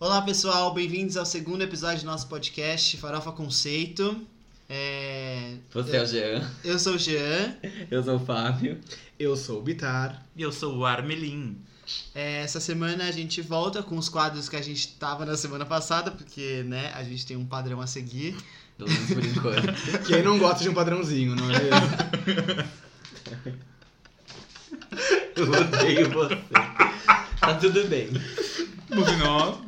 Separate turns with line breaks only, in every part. Olá pessoal, bem-vindos ao segundo episódio do nosso podcast Farofa Conceito. É,
Você é o Jean,
Eu sou o Jean.
eu sou o Fábio.
Eu sou o Bitar.
E eu sou o Armelin.
É, essa semana a gente volta com os quadros que a gente tava na semana passada, porque né, a gente tem um padrão a seguir.
Pelo menos por enquanto.
Quem não gosta de um padrãozinho, não é? mesmo?
Eu odeio você. Tá tudo bem.
Buzinó.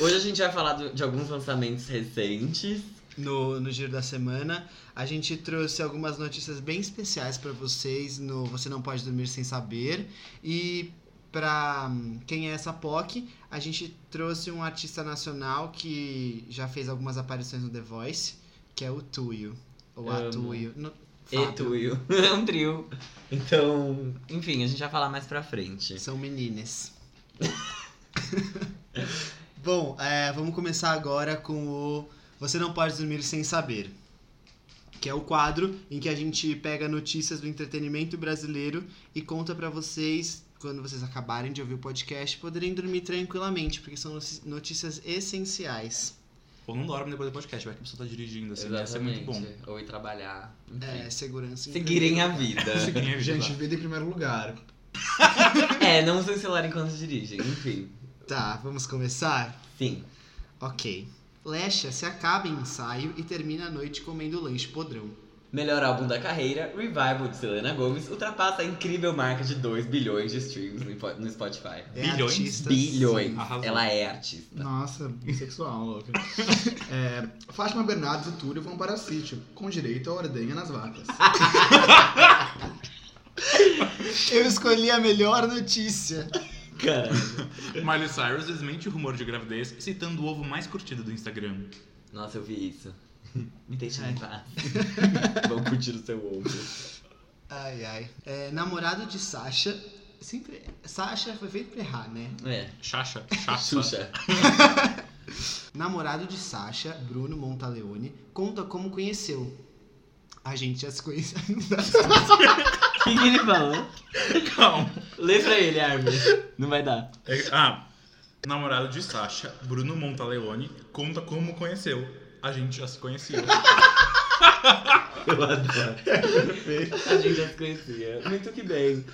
Hoje a gente vai falar do- de alguns lançamentos recentes.
no, no giro da semana. A gente trouxe algumas notícias bem especiais para vocês no Você Não Pode Dormir Sem Saber. E para quem é essa POC, a gente trouxe um artista nacional que já fez algumas aparições no The Voice, que é o Tuyo. Ou a
Amo.
Tuyo. No- Fábio.
E Tuyo. É um trio. Então, enfim, a gente vai falar mais pra frente.
São meninas. Bom, é, vamos começar agora com o Você Não Pode Dormir Sem Saber. Que é o quadro em que a gente pega notícias do entretenimento brasileiro e conta pra vocês, quando vocês acabarem de ouvir o podcast, poderem dormir tranquilamente, porque são noci- notícias essenciais.
Ou não dorme depois do podcast, vai que a pessoa tá dirigindo, assim, deve ser muito bom.
Exatamente. Ou ir trabalhar.
É,
enfim.
segurança. em
Seguirem a
primeiro lugar.
vida.
Ninguém avisa.
Gente, vida em primeiro lugar.
é, não usem celular enquanto dirigem. Enfim.
Tá, vamos começar?
Sim.
Ok. Lecha se acaba em ensaio e termina a noite comendo lanche podrão.
Melhor álbum da carreira, Revival de Selena Gomez, ultrapassa a incrível marca de 2 bilhões de streams no po- no Spotify.
É
Bilhões?
artista,
Bilhões.
sim.
Arrasou.
Ela é artista.
Nossa, bissexual, louca. É, Fátima Bernardes e Túlio vão para sítio, com direito a ordenha nas vacas.
Eu escolhi a melhor notícia.
Cara,
Miley Cyrus desmente o rumor de gravidez, citando o ovo mais curtido do Instagram.
Nossa, eu vi isso. Me deixa em paz. Vão curtir o seu ovo.
Ai, ai. É, namorado de Sasha. Sempre. Sasha foi feito pra errar, né?
É.
Chacha, chacha.
Xuxa.
Namorado de Sasha, Bruno Montaleone, conta como conheceu. A gente já se conheceu.
O que, que ele falou?
Calma.
Lê pra ele, Armin. Não vai dar.
É- Ah, namorado de Sasha, Bruno Montaleone, conta como conheceu. A gente já se conhecia.
Eu adoro. A gente já se conhecia. Muito que bem.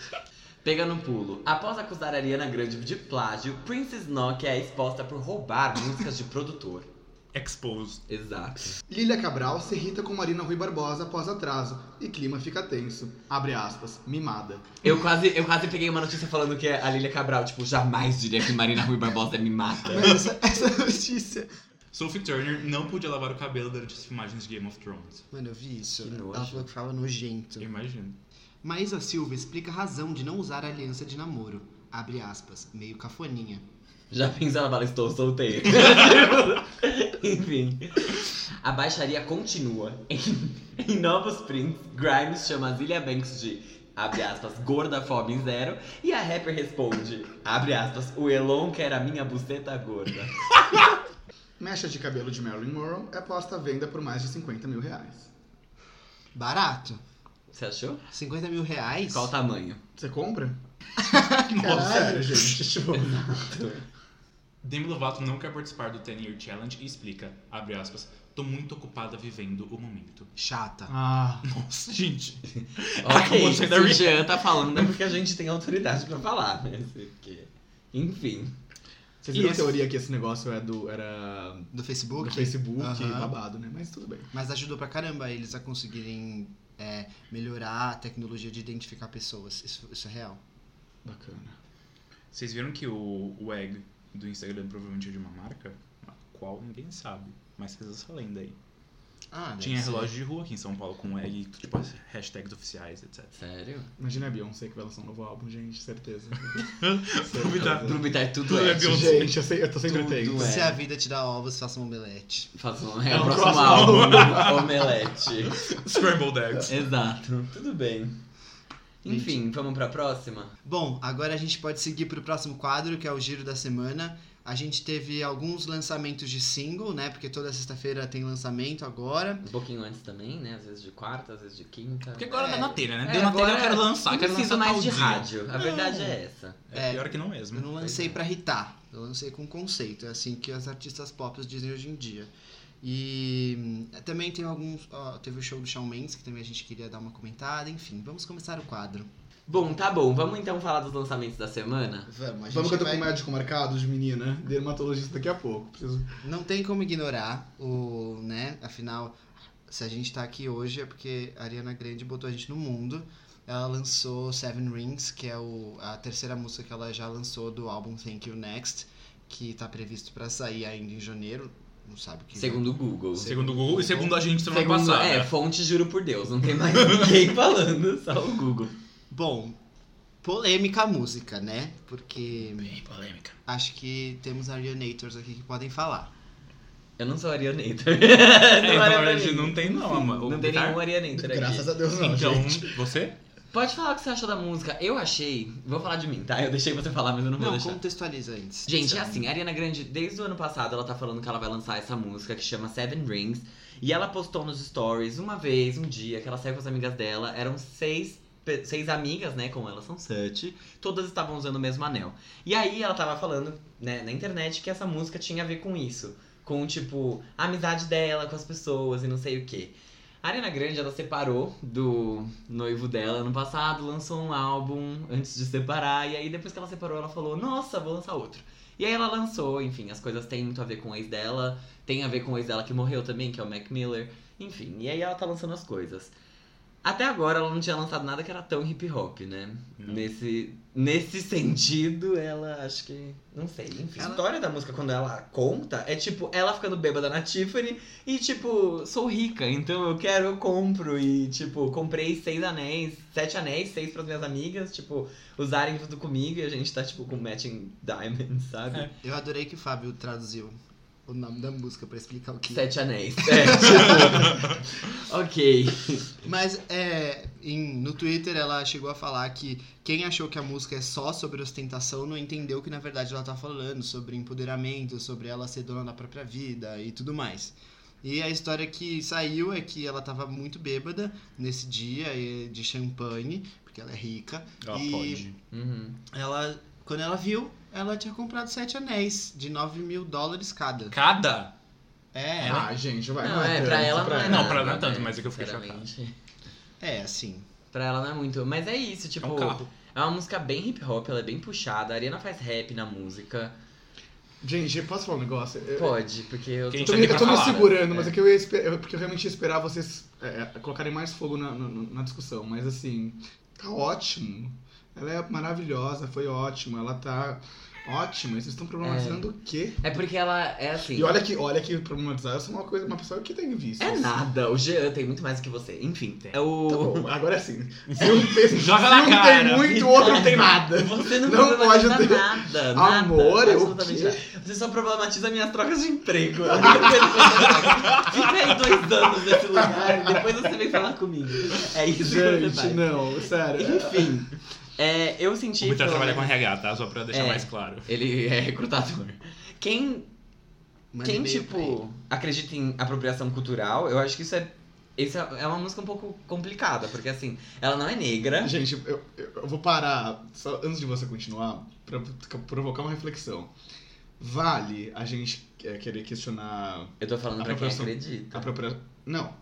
Pega no um pulo. Após acusar a Ariana Grande de plágio, Princess Nock é exposta por roubar músicas de produtor.
Exposed.
Exato.
Lília Cabral se irrita com Marina Rui Barbosa após atraso e clima fica tenso. Abre aspas, mimada.
Eu quase, eu quase peguei uma notícia falando que a Lília Cabral, tipo, jamais diria que Marina Rui Barbosa me mata.
Mas essa, essa notícia.
Sophie Turner não podia lavar o cabelo durante as filmagens de Game of Thrones.
Mano, eu vi isso.
Que nojo.
Ela falou que fala nojento.
Eu imagino.
Maísa Silva explica a razão de não usar a aliança de namoro. Abre aspas, meio cafoninha.
Já pensava, ela estou solteira. Enfim. A baixaria continua. Em, em novos prints, Grimes chama Zilia Banks de, abre aspas, gordafob em zero. E a rapper responde, abre aspas, o Elon quer a minha buceta gorda.
Mecha de cabelo de Marilyn Monroe é posta à venda por mais de 50 mil reais.
Barato.
Você achou?
50 mil reais?
Qual tá- o tamanho?
Você compra?
Caralho.
sério, gente. Tipo,
Demi Lovato não quer participar do 10 Year Challenge e explica, abre aspas, tô muito ocupada vivendo o momento.
Chata.
ah,
Nossa, gente.
Ok,
Acabou
se
sendo
o
a
Jean tá falando é porque a gente tem autoridade pra falar, né? Porque, Enfim.
vocês viram a
Isso.
teoria que esse negócio é do, era
Do
do
Facebook?
Facebook,
Aham.
babado, né? Mas tudo bem.
Mas ajudou pra caramba eles a conseguirem é, melhorar a tecnologia de identificar pessoas. Isso, isso é real.
Bacana.
Vocês viram que o, o egg do Instagram provavelmente é de uma marca? A Qual ninguém sabe. Mas fez essa lenda aí.
Ah, deve
Tinha
ser.
relógio de rua aqui em São Paulo com egg, tipo, as hashtags oficiais, etc.
Sério?
Imagina a Beyoncé que vai lançar um novo álbum, gente, certeza.
Duvidar.
Pro Bitar tudo
Tudo
é.
é
tipo,
Beyoncé.
gente, eu, sei, eu tô sempre
Tudo
atento.
é.
Se a vida te dá ovos, faça um omelete.
Faz um, é,
É
o
o
próximo
próximo
álbum, né? Omelete.
Scrambled
É.
eggs.
Exato. Tudo bem. Enfim, vamos pra próxima?
Bom, agora a gente pode seguir pro próximo quadro, que é o Giro da Semana. A gente teve alguns lançamentos de single, né? Porque toda sexta-feira tem lançamento agora.
Um pouquinho antes também, né? Às vezes de quarta, às vezes de quinta.
Porque agora
É.
dá na telha, né? Deu
É,
na telha, eu
agora
quero lançar,
não
quero
preciso
lançar
mais
é tal
de
dia.
rádio. A verdade é essa.
É pior que não
Eu
mesmo.
não lancei pra irritar. Eu lancei com conceito, é assim que as artistas pop dizem hoje em dia. E hum, também tem alguns. ó, teve o show do Shawn Mendes, que também a gente queria dar uma comentada, enfim, vamos começar o quadro.
Bom, tá bom. Vamos então falar dos lançamentos da semana?
Vamos, a gente
Vamos que eu tô
vai-
com médico marcado de menina, dermatologista daqui a pouco. Preciso...
Não tem como ignorar o, né? Afinal, se a gente tá aqui hoje é porque a Ariana Grande botou a gente no mundo. Ela lançou Seven Rings, que é o, a terceira música que ela já lançou do álbum Thank You Next, que tá previsto pra sair ainda em janeiro. Não sabe o que.
Segundo o Google.
Segundo o Google e segundo a gente semana
Segundo-
passada.
É, fonte, juro por Deus. Não tem mais ninguém falando, só o Google.
Bom, polêmica a música, né? Porque
Bem polêmica.
acho que temos Arianators aqui que podem falar.
Eu não sou Arianator.
É, então, na verdade, não tem não, amor. O
Não tem
Bitar-
nenhum Arianator aqui.
É, Graças a Deus não,
Então,
gente.
você?
Pode falar o que você achou da música. Eu achei. Vou falar de mim, tá? Eu deixei você falar, mas eu não vou
Não,
deixar.
contextualiza antes.
Gente, é assim, a Ariana Grande, desde o ano passado, ela tá falando que ela vai lançar essa música que chama Seven Rings. E ela postou nos stories uma vez, um dia, que ela saiu com as amigas dela. Eram seis, pe- seis amigas, né? Com elas são sete. Todas estavam usando o mesmo anel. E aí ela tava falando, né, na internet, que essa música tinha a ver com isso. Com, tipo, a amizade dela com as pessoas e não sei o quê. A Ariana Grande, ela separou do noivo dela ano passado, lançou um álbum antes de separar, e aí depois que ela separou, ela falou, nossa, vou lançar outro. E aí ela lançou, enfim, as coisas têm muito a ver com o ex dela, tem a ver com o ex dela que morreu também, que é o Mac Miller, enfim, e aí ela tá lançando as coisas. Até agora ela não tinha lançado nada que era tão hip hop, né?
Não.
Nesse, nesse sentido, ela acho que. Não sei, enfim. A
Ela-
história da música, quando ela conta, é tipo ela ficando bêbada na Tiffany e, tipo, sou rica, então eu quero, eu compro. E, tipo, comprei seis anéis, sete anéis, seis pras minhas amigas, tipo, usarem tudo comigo e a gente tá, tipo, com matching diamonds, sabe?
É.
Eu adorei que o Fábio traduziu o nome da música pra explicar o que
Sete anéis. É, tipo. ok.
Mas é, em- no Twitter ela chegou a falar que quem achou que a música é só sobre ostentação não entendeu que na verdade ela tá falando sobre empoderamento, sobre ela ser dona da própria vida e tudo mais. E a história que saiu é que ela tava muito bêbada nesse dia e de champanhe, porque ela é rica.
Ela
e
pode.
Uhum.
ela, quando ela viu, ela tinha comprado sete anéis de 9 mil dólares cada.
Cada?
É,
Ah, gente, vai.
Não, é, pra
tanto,
ela não é
Não,
nada,
pra ela não é tanto,
né,
mas é que eu fiquei
sinceramente.
é assim.
Pra ela não é muito. Mas é isso, tipo.
É um carro.
é uma música bem hip hop, ela é bem puxada. A Ariana faz rap na música.
Gente, posso falar um negócio? Eu-
Pode, porque eu
Quem
Eu tô,
Isso
me,
aqui
eu
pra
tô me
falar, né?
segurando, mas
É.
é que eu ia esper- eu- porque eu realmente ia esperar vocês é, é, colocarem mais fogo na, na- na discussão. Mas assim, tá ótimo. Ela é maravilhosa, foi ótimo, ela tá ótima. E Vocês estão problematizando o quê?
É porque ela é assim.
E olha que, olha que problematizar, eu sou uma coisa, uma pessoa que tem vícios.
É nada, o Jean tem muito mais do que você. Enfim,
Tem.
é o.
Tá bom, agora sim. Se um tem, se
Joga na
um
cara.
tem muito, o outro não tem nada.
Você não,
Não pode
problematiza
ter-
nada, nada.
Amor, eu
absolutamente
quê?
nada. Você só problematiza minhas trocas de emprego. Eu nunca quero falar. Fica aí dois anos nesse lugar, depois você vem falar comigo. É isso que você
Gente, né?
faz.
não, sério.
Enfim, é, eu senti.
O Bitar
pelo
trabalha com
menos-
RH, tá? Só pra deixar
É.
mais claro.
Ele é recrutador. Quem
Manda
Quem,
e-mail pra ele.
tipo, acredita em apropriação cultural, eu acho que isso é. Isso é é uma música um pouco complicada, porque assim, ela não é negra.
Gente, eu, eu- eu vou parar, só antes de você continuar, pra provocar uma reflexão. Vale a gente é, querer questionar
Eu tô falando pra quem
Apropriação.
acredita.
a própria. Não.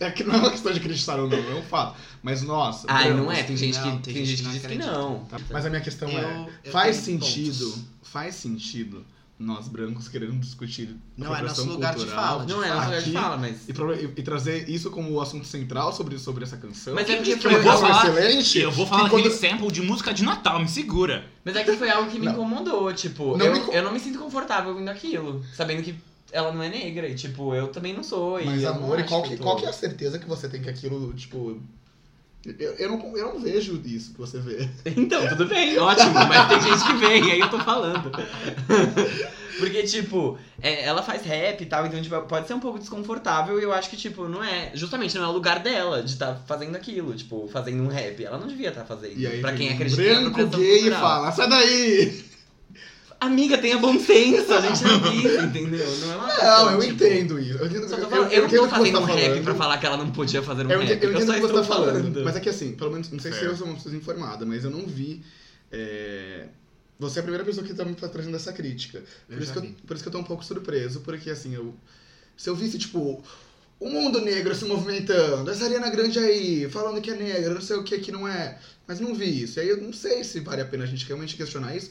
É que não é uma questão de acreditar ou não, é um fato. Mas nossa.
Ai,
vamos,
não é, tem gente
Não,
que, tem gente que, diz que
acredita.
não.
tá? Mas a minha questão é.
Eu- eu
Faz
tenho
sentido.
pontos.
Faz sentido nós brancos querendo discutir
Não é nosso
apropriação
lugar de
cultural
fala.
Não é, não é
Tá Aqui-
fala, mas.
E, pro- e- e trazer isso como o assunto central sobre, sobre essa canção.
Mas é
Quem
porque
disse
foi-
que é uma
eu vou
canção
falar-
excelente?
Eu vou
Que
falar
quando-
aquele sample de música de Natal, me segura.
Mas é que foi algo que me
Não.
incomodou, tipo,
Não
eu,
me incom-
eu não me sinto confortável indo aquilo, sabendo que ela não é negra, e tipo, eu também não sou. e
Mas
eu não
amor, e
acho
qual que,
eu tô-
qual que é a certeza que você tem que aquilo, tipo. Eu, eu, não, eu não vejo isso que você vê.
Então, tudo bem, ótimo, mas tem gente que vem, aí eu tô falando. Porque, tipo, é, ela faz rap e tal, então tipo, pode ser um pouco desconfortável e eu acho que, tipo, não é. Justamente não é o lugar dela de estar fazendo aquilo, tipo, fazendo um rap. Ela não devia estar fazendo.
E aí
pra
vem
quem
um
acredita na
branco
apropriação
gay e
cultural.
fala, sai daí!
Amiga, tenha bom senso, a gente não precisa, entendeu? Não é uma
Não,
questão,
eu
tipo,
entendo isso. Eu, entendo,
só tô
eu-
falando, eu,
eu- eu
não tô
entendo o que você
fazendo
tá
um rap
falando.
pra falar que ela não podia fazer um
É, Eu
rap.
entendo, eu
eu
entendo
só
o que você
estou
tá falando.
falando.
É.
Mas é que assim, pelo menos, não sei se
Fair.
eu sou uma pessoa informada, mas eu não vi é, Você é a primeira pessoa que tá me tá trazendo essa crítica.
Eu
Por isso, que
já
eu,
vi.
por isso que eu tô um pouco surpreso, porque assim, eu. Se eu visse, tipo, o mundo negro se movimentando, essa Ariana Grande aí, falando que é negra, não sei o que, que não é. Mas não vi isso. E aí eu não sei se vale a pena a gente realmente questionar isso.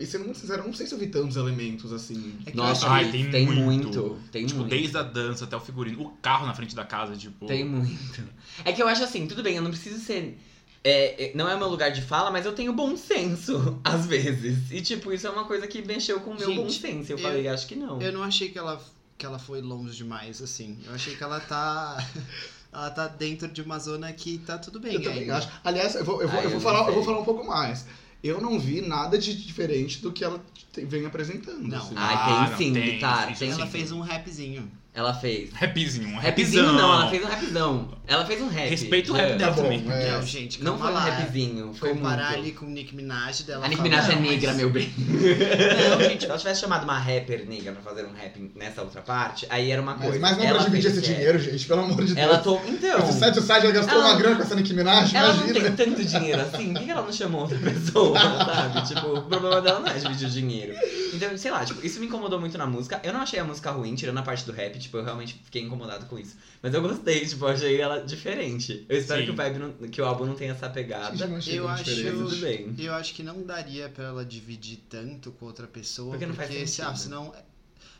E sendo muito sincero, eu não sei se eu vi tantos elementos assim.
É que
Nossa,
eu acho-
Ai,
Luiz,
tem
tem
muito.
muito, Tem
Tipo,
muito.
desde a dança até o figurino, o carro na frente da casa, tipo.
Hum. Tem muito. É que eu acho assim, tudo bem, eu não preciso ser. é, é, não é meu lugar de fala, mas eu tenho bom senso, às vezes. E, tipo, isso é uma coisa que mexeu com o meu
Gente,
bom senso. Eu
eu-
falei, acho que não.
Eu não achei que ela, que ela foi longe demais, assim. Eu achei que ela tá. ela tá dentro de uma zona que tá tudo bem.
Eu também
ainda.
acho. Aliás, eu vou, eu vou,
Ah,
eu vou
eu
falar,
não
eu vou
sei.
falar um pouco mais. Eu não vi nada de diferente do que ela te- vem apresentando.
Não.
assim.
Ai,
Ah,
tem
não,
sim,
tem,
tá,
isso
tem.
Ela
sim.
fez um rapzinho.
Ela fez.
Rapzinho, um
Rapzinho
rapzão.
não, ela fez um rapzão. Ela fez um rap.
Respeita o rap
É.
dela
Tá bom,
também.
é.
Não, gente,
Não
calma
foi um
lá.
né?
rapzinho, foi
Comparar
muito.
ali com Nick Minaj dela.
A Nicki Minaj é
falando,
negra, meu bem. Não, gente, se ela tivesse chamado uma rapper negra pra fazer um rap nessa outra parte, aí era uma
Mas,
coisa.
mas não é
ela
pra dividir
fez
esse
rap.
dinheiro, gente, pelo amor de
Ela
Deus.
tô. Então.
O site, o site, ela gastou
Ela-
uma grana com essa Nicki Minaj,
Ela não
imagina.
tem tanto dinheiro assim, por que ela não chamou outra pessoa, sabe? Tipo, o problema dela não é dividir o dinheiro. Então, sei lá, tipo, isso me incomodou muito na música. Eu não achei a música ruim, tirando a parte do rap, tipo, eu realmente fiquei incomodado com isso. Mas eu gostei, tipo, eu achei ela diferente. Eu espero
Sim.
que o, vibe não- que o álbum não tenha essa
Gente,
pegada.
não achei
Eu
grande
acho-
diferença.
Tudo bem.
é
Eu acho que não daria pra ela dividir tanto com outra pessoa.
Porque não faz
se-
sentido.
ah, senão.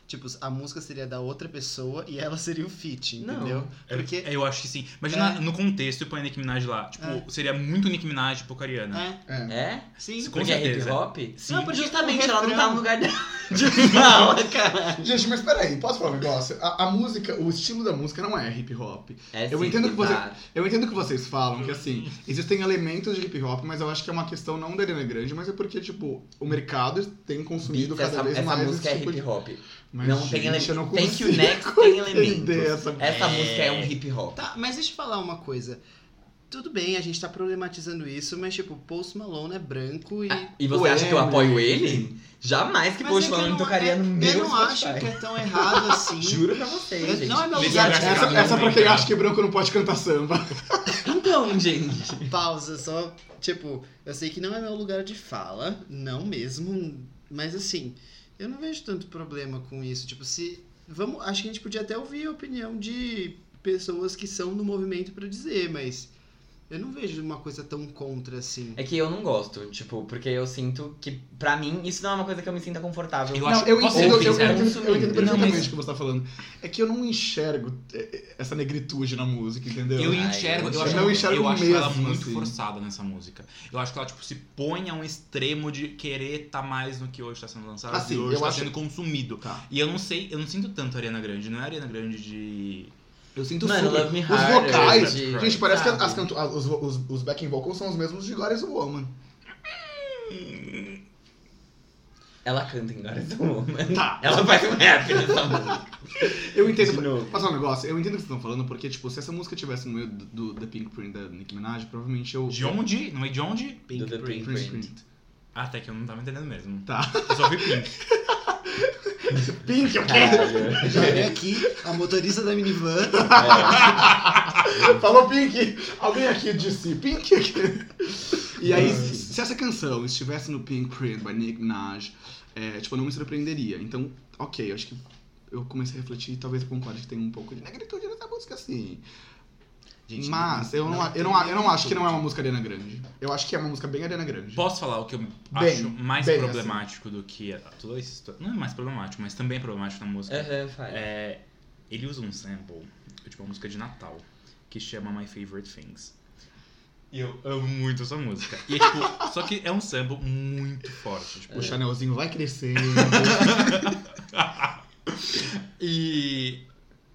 Tipo, a música seria da outra pessoa e ela seria o feat,
Não.
entendeu? Porque.
É, Eu acho que sim. Imagina
É.
no contexto e põe a Nicki Minaj lá. Tipo,
É.
seria muito Nicki Minaj tipo, pro Ariana.
É,
É.
É?
sim.
Se Com
Porque é hip
certeza.
hop?
Sim.
Não, porque justamente
Porque o
ela não tá
refrão-
no lugar dela de fala, cara.
Gente, mas peraí, posso falar um negócio? A, a música, o estilo da música não é hip hop.
É,
Eu
sim,
entendo que você-
bizarro.
Eu entendo que vocês falam que, assim, existem elementos de hip hop, mas eu acho que é uma questão não da Ariana Grande, mas é porque, tipo, o mercado tem consumido
Beats,
cada
essa,
vez
essa
mais
música
esse
é
tipo
hip
de...
hop.
Mas,
não
gente,
tem
eu não
elemento. Tem que o
consigo
Next tem elemento.
entender essa
Essa
É.
música é um hip hop.
Tá, mas deixa eu falar uma coisa. Tudo bem, a gente tá problematizando isso, mas tipo, Post Malone é branco e.
E você
Ué,
acha que eu
né?
apoio ele? Jamais Ah, que
Mas
Post
é que eu
Malone
não-
tocaria no meu
Eu não acho
Spotify.
que é tão errado assim.
Juro pra vocês, gente.
Não é meu
Eles
lugar de
agradecem
Essa,
fala.
essa é pra quem acha que branco não pode cantar samba.
Então, gente.
pausa, só, tipo, eu sei que não é meu lugar de fala, não mesmo, mas assim, eu não vejo tanto problema com isso, tipo, se vamos, acho que a gente podia até ouvir a opinião de pessoas que são do movimento pra dizer, mas eu não vejo uma coisa tão contra assim.
É que eu não gosto, tipo, porque eu sinto que, pra mim, isso não é uma coisa que eu me sinta confortável.
Eu
Não,
acho-
eu
posso
entendo, eu,
ser
eu
sincero?
entendo, eu entendo
Não, mas-
perfeitamente o que você tá falando. É que eu não enxergo eh, essa negritude na música, entendeu?
Eu
Ai,
enxergo,
eu
eu
enxergo.
acho,
Eu
enxergo
eu acho
mesmo,
ela muito
assim.
forçada nessa música. Eu acho que ela tipo, se põe a um extremo de querer tá mais no que hoje tá sendo lançado,
Assim,
e hoje
eu
tá
acho-
sendo consumido.
Tá.
E eu não sei, eu não sinto tanto a Ariana Grande, não é a Ariana Grande de.
Eu sinto
Mano,
super.
Love Me
Os
Harder,
vocais,
de-
gente, parece
sabe?
que as canto- as- os, os, os backing vocals são os mesmos de God is a Woman.
Ela canta em Goddess Woman.
Tá.
Ela faz um rap nessa música.
Eu
De
entendo.
novo.
Posso falar um negócio? Eu entendo o que vocês estão falando, porque, tipo, se essa música tivesse no meio do, do The Pink Print da Nicki Minaj, provavelmente eu.
De onde? Não é de onde?
Pink
The
Print.
Print.
Print. Print.
Até que eu não tava entendendo mesmo.
Tá.
Eu só vi Pink.
Pink, eu quero!
Caralho.
Já é aqui a motorista da minivan.
Falou Pink! Alguém aqui disse Pink? e aí, se essa canção estivesse no Pink Print by Nick Minaj, é, tipo, não me surpreenderia. Então, ok, acho que eu comecei a refletir e talvez eu concorde que tem um pouco de negritude nessa música, assim.
Gente,
Mas eu não, eu, não, eu não acho que não é uma música Ariana Grande. Eu acho que é uma música bem Ariana Grande.
Posso falar o que eu acho mais
bem,
problemático do que a- toda essa história? Não é mais problemático, mas também é problemático na música.
Aham, faz.
É, ele usa um sample, tipo uma música de Natal, que chama My Favorite Things. E eu amo muito essa música. E é, tipo, só que é um sample muito forte. Tipo,
O Chanelzinho vai crescendo.
E,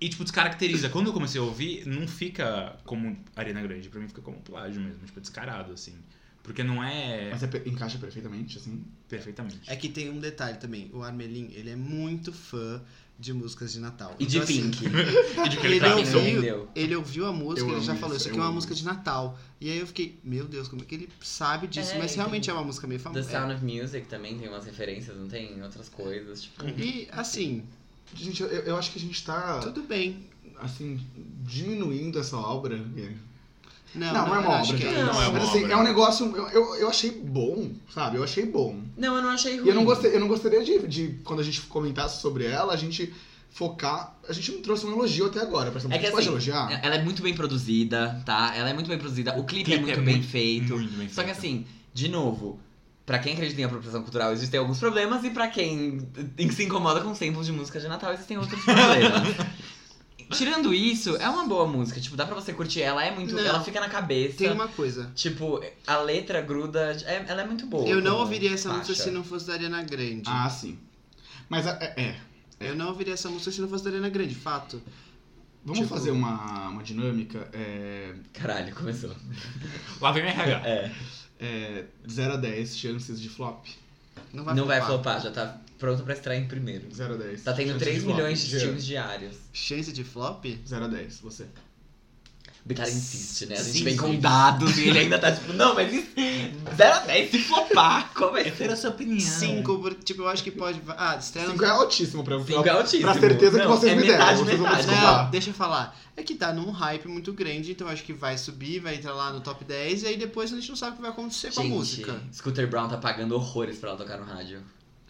e, tipo, descaracteriza. Quando eu comecei a ouvir, não fica como Arena Grande, pra mim fica como plágio mesmo, tipo, descarado, assim. Porque não é
Mas é pe- encaixa perfeitamente, assim.
perfeitamente.
É que tem um detalhe também, o Armelin, ele é muito fã de músicas de Natal.
E de
Então, assim,
Pink.
E de que
Ele
ele tá
um
não
Quem não
viu.
entendeu?
Ele ouviu a música,
Eu
ele
amo
já falou,
isso,
isso aqui
eu
é uma
amo
música de Natal. E aí eu fiquei, meu Deus, como é que ele sabe disso?
É,
Mas realmente
entendi.
é uma música meio
The
famosa.
Sound of Music também tem umas referências, não tem? Outras coisas, tipo...
E assim,
Gente, eu, eu acho que a gente tá,
tudo bem.
assim, diminuindo essa obra.
Não,
Não, não é uma
acho
obra.
que
cara.
é. Não é uma
Mas assim,
obra.
é um negócio. Eu, eu, eu achei bom, sabe? Eu achei bom.
Não, eu não achei ruim.
E eu não, gostei, eu não gostaria de, de, quando a gente comentasse sobre ela, a gente focar. A gente não trouxe um elogio até agora, por exemplo.
É que
a gente pode
assim,
elogiar?
Ela é muito bem produzida, tá? Ela é muito bem produzida. O clipe, é
Clipe
muito
é
bem feito.
Muito bem
Só que
feito.
assim, de novo, pra quem acredita em apropriação cultural, existem alguns problemas. E pra quem se incomoda com samples de música de Natal, existem outros problemas. Tirando isso, é uma boa música. Tipo, dá pra você curtir. Ela é muito...
Não.
Ela fica na cabeça.
Tem uma coisa.
Tipo, a letra gruda... é- ela é muito boa.
Eu não
como
ouviria essa
faixa.
música se não fosse da Ariana Grande.
Ah, sim. Mas é. é, é.
Eu não ouviria essa música se não fosse da Ariana Grande, fato.
Vamos
Tipo-
fazer uma, uma dinâmica é,
Caralho, começou.
Lá vem minha RH.
É.
é, 0 a 10 chances de flop.
Não vai,
Não vai
flopar.
flopar, já tá pronto pra estrear em primeiro.
0 a 10.
Tá tendo
chances
3
flop.
milhões de
Jean.
streams diários.
Chance de flop?
0 a 10, você.
Bitar insiste, né? A gente
Sim,
vem
sim.
com dados e ele ainda tá tipo, não, mas isso. 0 a 10 se flopar, como é que
a sua opinião.
Cinco, por- tipo, eu acho que pode. Ah, Stella.
5 é altíssimo pra,
Então, Cinco é
pra,
altíssimo.
pra certeza que
Não,
vocês
é
me
metade,
deram. Vocês vão
metade.
desculpar.
Não, deixa eu falar. É que tá num hype muito grande, então acho que vai subir, vai entrar lá no top 10, e aí depois a gente não sabe o que vai acontecer com a
Gente,
música.
Scooter Brown tá pagando horrores pra ela tocar no rádio.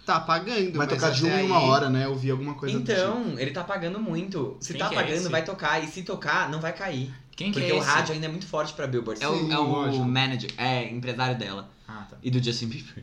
Tá pagando,
Vai
mas
tocar de
até
uma em
aí-
uma hora, né? Eu vi alguma coisa do tipo.
então, ele tá pagando muito. Se
Quem
tá
que é
pagando,
esse?
vai tocar. E se tocar, não vai cair.
Quem que
porque
é
o
esse?
rádio ainda é muito forte pra Billboard. é o,
Sim,
é
lógico.
o manager, é empresário dela.
Ah, tá.
E do Justin Bieber.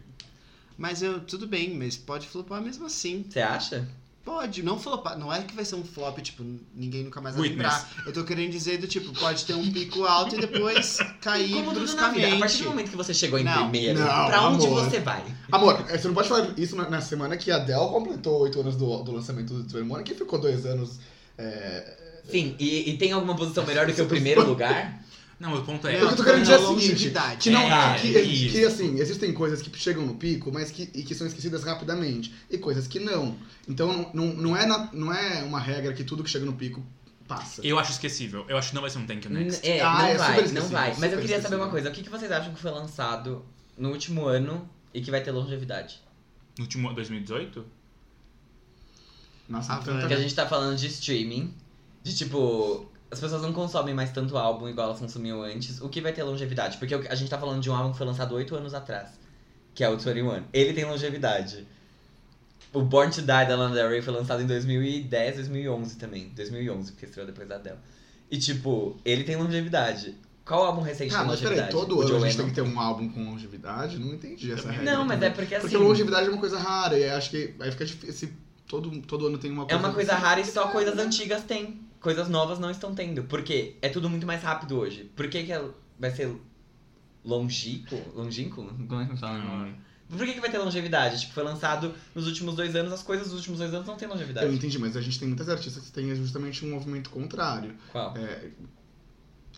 Mas eu, tudo bem, mas pode flopar mesmo assim.
Você acha?
Pode, não flopar. Não é que vai ser um flop, tipo, ninguém nunca mais vai
Witness.
lembrar. Eu tô querendo dizer do tipo, pode ter um pico alto e depois cair
Como tudo na vida, a partir
bruscamente.
do momento que você chegou em
Não,
primeiro,
não,
pra onde
amor.
você vai?
Amor, eh, você não pode falar isso na, na semana que a Adele completou 8 anos do, do lançamento do Twitter Money, que ficou 2 anos. eh,
Sim, e, e tem alguma posição melhor do que o primeiro lugar?
Não, o ponto é.
Eu tô querendo dizer
não,
o seguinte,
longevidade.
que, não,
Ah,
É,
que,
é
que,
isso.
assim, existem coisas que chegam no pico, mas que, e que são esquecidas rapidamente, e coisas que não. Então não, não, é, na- não é uma regra que tudo que chega no pico passa.
Eu acho esquecível. Eu acho que não vai ser um Thank You Next.
N- É,
Ah,
não
é super
vai, não
esquecível,
vai. Mas eu
super
queria saber
esquecível.
uma coisa, o que, que vocês acham que foi lançado no último ano e que vai ter longevidade?
No último ano, 2018?
Nossa,
Ah,
tanta-
Porque a gente tá falando de streaming, de tipo... As pessoas não consomem mais tanto álbum igual elas consumiam antes. O que vai ter longevidade? Porque o- a gente tá falando de um álbum que foi lançado oito anos atrás, que é o 21. Ele tem longevidade. O Born to Die da Lana Del Rey foi lançado em 2010, 2011 também. 2011, porque estreou depois da Adele. E tipo, ele tem longevidade. Qual álbum recente
Ah,
tem
mas peraí,
longevidade?
todo
O
ano
Joe
a gente tem
Lennon.
que ter um álbum com longevidade? Não entendi essa regra.
Não, mas é
também.
porque assim.
Porque longevidade é uma coisa rara, e acho que aí fica difícil. Todo, todo ano tem uma
É
coisa.
uma coisa rara e só coisas antigas né? tem. Coisas novas não estão tendo. Por quê? É tudo muito mais rápido hoje. Por que, que é- vai ser longínquo? Longínquo? Como é que fala o nome? Por que, que vai ter longevidade? Tipo, foi lançado nos últimos dois anos, as coisas dos últimos dois anos não têm
Eu
longevidade.
entendi, mas a gente tem muitas artistas que têm justamente um movimento contrário.
Qual? Tá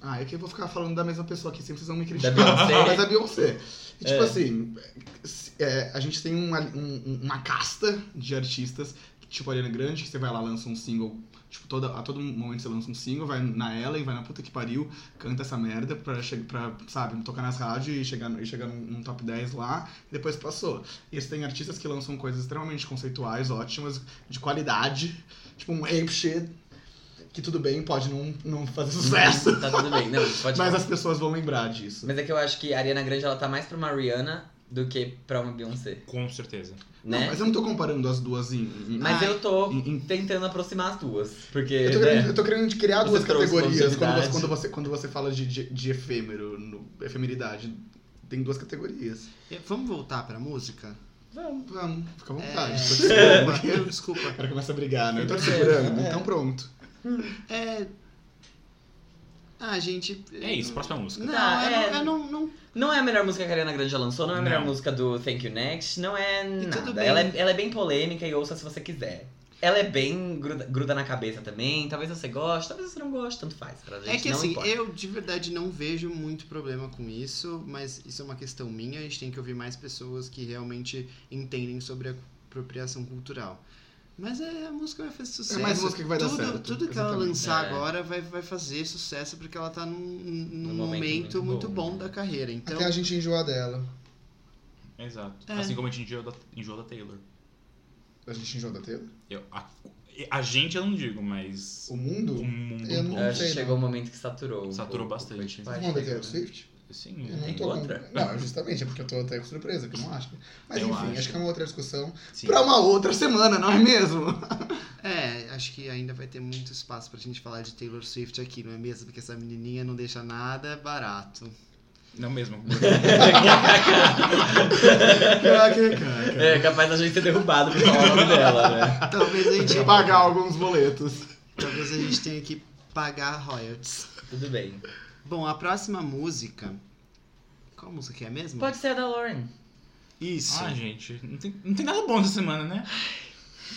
Ah, é que eu vou ficar falando da mesma pessoa aqui, sempre vocês vão me
Da
criticar. Mas
Beyoncé?
a Beyoncé. E, tipo
É.
assim, se- é, a gente tem uma, um- uma casta de artistas, tipo a Ariana Grande, que você vai lá lança um single. Tipo, toda, a todo momento você lança um single, vai na Ellen, vai na puta que pariu, canta essa merda pra, che- pra sabe, tocar nas rádios e chegar, no- e chegar num, num top 10 lá, e depois passou. E você tem artistas que lançam coisas extremamente conceituais, ótimas, de qualidade, tipo um ape shit, que tudo bem, pode não, não fazer sucesso.
tá tudo bem. Não, pode
Mas assim-
falar.
as pessoas vão lembrar disso.
Mas é que eu acho que a Ariana Grande ela tá mais pra uma Rihanna do que pra uma Beyoncé.
Com certeza.
Né?
Não,
mas
mas eu não tô comparando as duas em. em-
Ai.
eu tô
em- em-
tentando aproximar as duas. Porque.
eu, tô
né?
querendo, eu tô querendo criar
Você
duas
trouxe
categorias quando você,
longevidade.
quando, você, quando você fala de, de, de efêmero, no- efemeridade. Tem duas categorias.
Vamos voltar pra música?
Vamos, fica à vontade.
É, desculpa,
Tô te
eu-
segurando. O
desculpa.
cara começa a brigar, né? Eu tô te
É.
segurando, então pronto.
É. Ah, gente.
É isso, próxima música.
Não,
Tá,
eu,
é.
não, eu não- não-
Não é a melhor música que a Ariana Grande já lançou, não é a melhor
Não.
música do Thank You Next, não é nada.
tudo bem.
Ela, é, ela é bem polêmica e ouça se você quiser. Ela é bem gruda, gruda na cabeça também, talvez você goste, talvez você não goste, tanto faz pra gente.
É que
não
assim,
importa.
eu de verdade não vejo muito problema com isso, mas isso é uma questão minha, a gente tem que ouvir mais pessoas que realmente entendem sobre a apropriação cultural. Mas é, a música vai fazer sucesso.
mais música que vai dar
tudo,
certo,
Tudo que ela
exatamente.
lançar
É.
agora vai, vai fazer sucesso porque ela tá num, num
Num
momento, muito, bom,
né?
da carreira. Então,
Até a gente enjoar dela.
Exato.
É.
Assim como a gente enjoou da, enjoou da Taylor.
A gente enjoa da tela?
Eu, a- A gente eu não digo, mas.
O mundo?
O mundo
Eu
um
não
Eu acho
pouco.
que
sei,
chegou um momento que saturou. um
Saturou
pouco,
bastante.
Todo
foi demais.
mundo aqui é o Swift?
Sim,
Eu
Tem
não tô com-
outra?
Não, justamente, é porque eu tô até surpresa, que eu não acho.
né?
Mas
Eu
enfim,
acho.
acho. que é uma outra discussão.
sim.
Pra uma outra semana, não é mesmo?
É, acho que ainda vai ter muito espaço pra gente falar de Taylor Swift aqui, não é mesmo? Porque essa menininha não deixa nada barato.
Não mesmo.
É, capaz da gente ser derrubado por falar o nome dela, né?
Talvez a gente,
Tinha que pagar alguns boletos.
talvez a gente tenha que pagar royalties.
Tudo bem.
Bom, a próxima música. Qual música que é mesmo?
Pode ser a da Lauren.
Isso.
Ah, gente, não tem, não tem nada bom essa semana, né?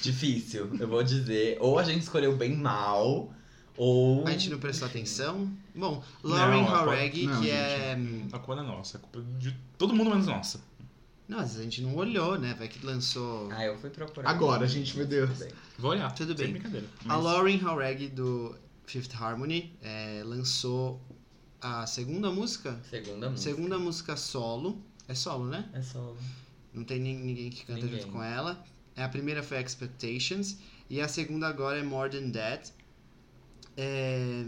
Difícil, eu vou dizer. Ou a gente escolheu bem mal, ou.
a gente não prestou atenção. Bom, Lauren
Não, a co-
Horegi,
não,
que
gente.
é.
A culpa não é nossa, a culpa é de todo mundo menos nossa.
Nossa, a gente não olhou, né? Vai que lançou.
Ah, eu fui procurar.
Agora, gente, meu Deus.
Tudo bem.
Vou olhar.
Tudo
sem
bem.
brincadeira.
A
Mas-
Lauren Horegi do Fifth Harmony é, lançou a segunda música.
Segunda música.
Segunda música solo. É solo, né?
É só.
Não tem nin- ninguém que canta
Ninguém.
junto com ela. É, A primeira foi Expectations e a segunda agora é More Than That. É,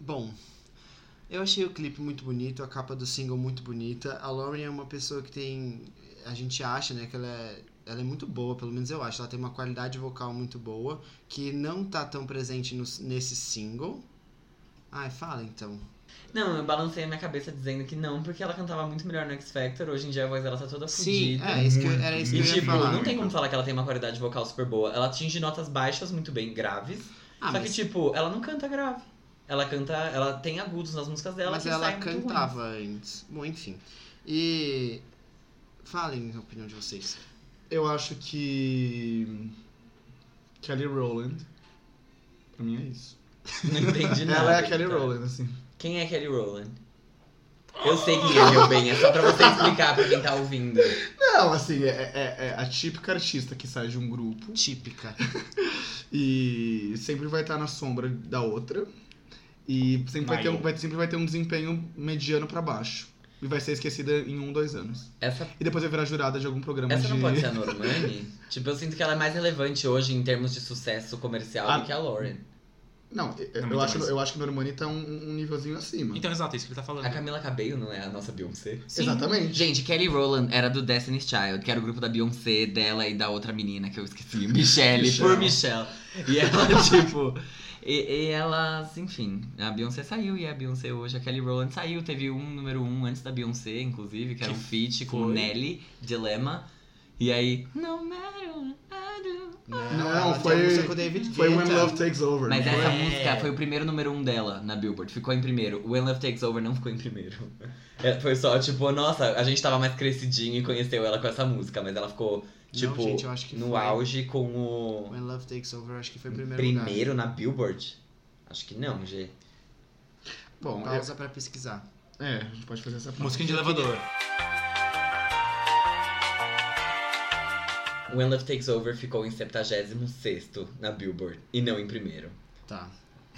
Bom, eu achei o clipe muito bonito, a capa do single muito bonita. A Lauren é uma pessoa que tem. A gente acha, né, que ela é, ela é muito boa, pelo menos eu acho. Ela tem uma qualidade vocal muito boa, que não tá tão presente nos- nesse single. Ai, fala então.
Não, eu balancei a minha cabeça dizendo que não, porque ela cantava muito melhor no X Factor. Hoje em dia a voz dela tá toda
Sim,
fodida.
é, isso que eu-
muito,
era isso que
E
eu ia
tipo,
falar.
não tem como falar que ela tem uma qualidade vocal super boa. Ela atinge notas baixas muito bem, graves.
Ah,
só
mas-
que, tipo, ela não canta grave. Ela canta. Ela tem agudos nas músicas dela.
Mas
que
ela
saem muito ruins.
cantava antes. Bom, enfim. E. Falem a opinião de vocês.
Eu acho que. Kelly Rowland. Pra mim é isso.
Não entendi nada.
Ela é a Kelly
Tá.
Rowland, assim.
Quem é a Kelly Rowland? Eu sei quem é, meu bem. É só pra você explicar pra quem tá ouvindo.
Não, assim, é, é- é a típica artista que sai de um grupo
Típica. né?
e sempre vai estar na sombra da outra. E sempre vai, ter um,
Maior.
vai- sempre vai ter um desempenho mediano pra baixo. E vai ser esquecida em um, dois anos.
Essa,
E depois vai virar jurada de algum programa
essa
de.
não pode ser a Normani? tipo, eu sinto que ela é mais relevante hoje em termos de sucesso comercial
Ah.
do que a Lauren.
Não, eu- eu,
muito
acho,
mais.
eu acho que Normani tá um, um nívelzinho acima.
Então, exato, é isso que ele tá falando.
A Camila Cabello não é a nossa Beyoncé?
Sim.
Exatamente.
Gente, Kelly Rowland era do Destiny's Child, que era o grupo da Beyoncé, dela e da outra menina que eu esqueci, Michelle,
Michelle.
por Michelle. E ela, tipo. E, e elas, enfim, a Beyoncé saiu e a Beyoncé hoje, a Kelly Rowland saiu, teve um número um antes da Beyoncé, inclusive, que era
Que
um feat com
foi?
Nelly, Dilemma. E aí. No matter what I do.
Não,
ela tem
foi-
a música com o David
Foi
Guetta.
When Love Takes Over.
Mas
não
essa
foi?
é.
música foi o primeiro número um dela na Billboard. Ficou em primeiro. When Love Takes Over não ficou em primeiro. É, foi só, tipo, nossa, a gente tava mais crescidinho e conheceu ela com essa música. Mas ela ficou, tipo,
gente, eu acho que
no
foi.
auge com o...
When Love Takes Over, acho que foi o primeiro,
Primeiro,
lugar.
na Billboard? Acho que não, G.
Bom,
Pausa pra pesquisar.
é, é, a gente pode fazer essa parte.
Musiquinha de elevador.
When Love Takes Over ficou em 76º na Billboard. E não em primeiro.
Tá.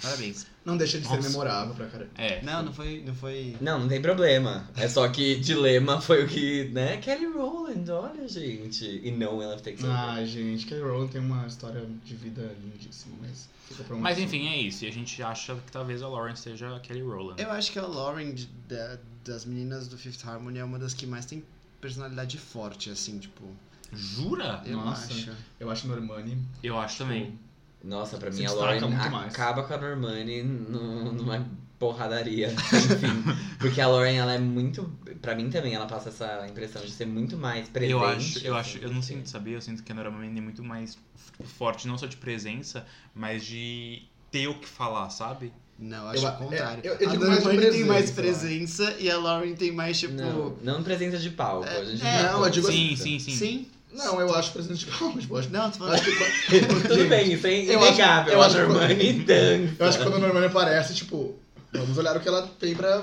Parabéns.
Não deixa de ser
Nossa.
memorável pra caramba.
É.
Não, não foi. Não foi.
Não, não tem problema. É só que Dilema foi o que, né? Kelly Rowland, olha, gente. E não When Love Takes Over.
Ah, gente, Kelly Rowland tem uma história de vida lindíssima, mas fica pra uma
Mas enfim, é isso. E a gente acha que talvez a Lauren seja a Kelly Rowland.
Eu acho que a Lauren de- da- das meninas do Fifth Harmony é uma das que mais tem personalidade forte, assim, tipo.
Jura?
Eu
Nossa.
acho.
Eu acho Normani.
Eu acho também.
Nossa, pra
Se
mim a
destaca
Lauren
muito mais.
acaba com a Normani no- numa porradaria, enfim. porque a Lauren, ela é muito. Pra mim também, ela passa essa impressão de ser muito mais presente.
eu acho, eu
assim,
acho, eu não
do que-
sinto, sabia? Eu sinto que a Nora Mamani é muito mais f- forte, não só de presença, mas de ter o que falar, sabe?
Não, acho
Eu-
o contrário.
é, eu- eu
a
digo mais de
Normani tem
presença,
mais
eu
presença e a Lauren tem mais, tipo.
Não, não presença de palco. a gente
é,
não,
não, eu digo
gosta.
Sim, sim, sim.
Sim.
Não, eu acho presente de palmas, tipo, eu acho-
Não, tu falando.
acho que
Tudo bem, isso é
eu acho-
inegável.
eu
a
acho-
Normani dança.
Eu acho que quando a Normani aparece, tipo, vamos olhar o que ela tem pra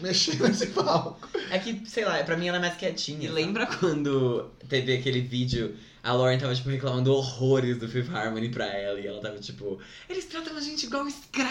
mexer nesse palco.
É que, sei lá, pra mim ela é mais quietinha.
E lembra quando teve aquele vídeo, a Lauren tava, tipo, reclamando horrores do Fifth Harmony pra ela, e ela tava, tipo, eles tratam a gente igual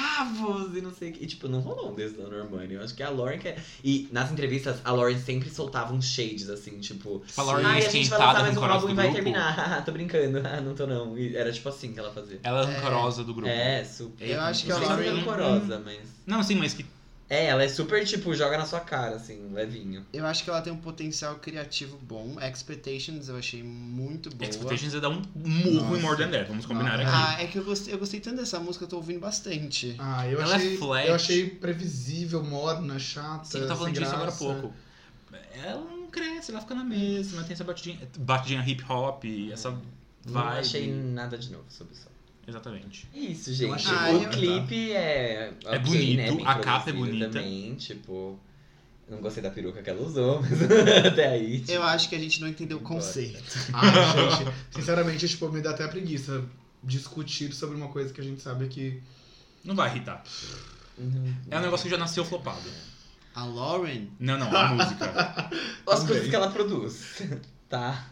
escravos, e não sei o que. E, tipo, não rolou um desses da Normani. Eu acho que a Lauren quer... E nas entrevistas, a Lauren sempre soltava uns shades, assim, tipo...
Tipo, a Lauren
Ai, a gente vai lançar
esquentada
mais
com
um
o coral
álbum
do
e vai
grupo.
terminar. Tô brincando. Ah, não tô não. E era tipo assim que ela fazia.
Ela é rancorosa do grupo.
É, super.
Eu acho que
Não
a
sei se
Lauren-
é rancorosa, mas...
Não, sim, mas que.
É, ela é super, tipo, joga na sua cara, assim, levinho.
Eu acho que ela tem um potencial criativo bom. Expectations eu achei muito boa.
Expectations é dar um murro em
Nossa.
More Than That. Vamos combinar
Não,
aqui.
Ah, é que eu gostei, eu gostei tanto dessa música, eu tô ouvindo bastante.
Ah, eu
Ela é
achei.
flat.
eu achei previsível, morna, chata.
Sim, eu tava tá falando
sem
disso agora há
graça.
pouco. É, Ela não cresce, ela fica na mesma, tem essa batidinha, batidinha hip hop, essa
Não
vibe.
achei nada de novo sobre isso.
Exatamente.
É Isso, gente.
achei
o
bom, tá?
clipe é.
É
ok,
bonito,
né? Bem
a capa é
produzido
bonita.
Também, tipo. Não gostei da peruca que ela usou, mas até aí. Tipo,
Eu acho que a gente não entendeu o conceito.
Ah, gente, sinceramente, tipo, me dá até preguiça discutir sobre uma coisa que a gente sabe que.
Não vai irritar. É um negócio que já nasceu flopado.
Ah, A Lauren?
Não, não, a música.
As coisas que ela produz. Tá.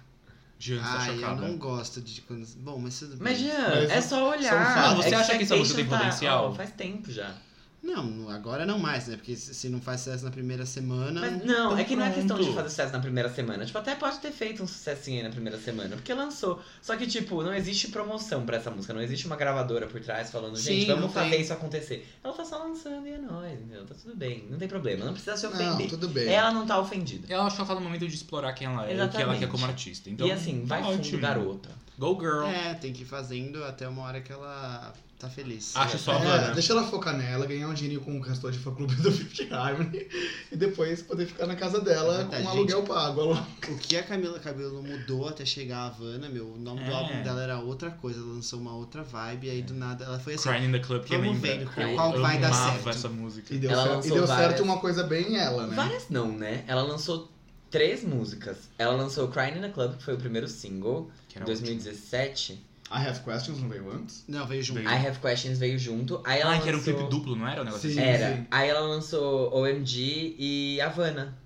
Jean está
Ai, Ah, eu
chocada.
não gosto de quando. Bom, mas tudo bem.
Mas, Jean,
Mas
é só
são
olhar.
fatos.
Ah, você acha que essa música tem
Expectation tá-
potencial?
ó, faz tempo já.
Não, agora não mais, né? Porque se se não faz sucesso na primeira semana.
Mas não,
Então
é que não é questão de
pronto.
fazer sucesso na primeira semana. Tipo, até pode ter feito um sucessinho aí na primeira semana, porque lançou. Só que, tipo, não existe promoção pra essa música, não existe uma gravadora por trás falando, gente,
Sim, não
vamos fazer
tem.
isso acontecer. Ela tá só lançando e é nóis, entendeu? Tá tudo bem, não tem problema, não precisa se
Não,
ofender.
tudo bem.
Ela não tá ofendida.
Ela acho que ela tá no momento de explorar quem ela é e o que ela
Exatamente.
quer como artista. Então,
e assim, vai
tá
fundo,
ótimo.
garota.
Go girl.
É, tem que ir fazendo até uma hora que ela tá feliz.
Acho só,
É,
Hannah.
deixa ela focar nela, ganhar um dinheirinho com o castor de fã-clube do Fifth Harmony e depois poder ficar na casa
É
dela
Verdade,
com um
gente.
aluguel pago. alu-
O que a Camila Cabello mudou até chegar à Havana, meu, o nome
É.
do álbum dela era outra coisa, ela lançou uma outra vibe, aí do nada ela foi assim.
Crying in the Club, que
vamos
lembra?
ver
Eu
qual vai dar
amava
certo.
essa música.
E deu,
Ela
certo, e
lançou
deu
várias.
certo uma coisa bem ela, né?
Várias não, né? Ela lançou três músicas. Ela lançou Crying in the Club, que foi o primeiro single, em
Que era
2017.
A Have Questions não veio antes?
Não, veio junto.
Veio.
I Have Questions veio junto. Aí ela
Ah, que era um
lançou-
clipe duplo, não era o negócio
Sim.
assim?
Era.
sim.
Aí ela lançou OMG e Havana.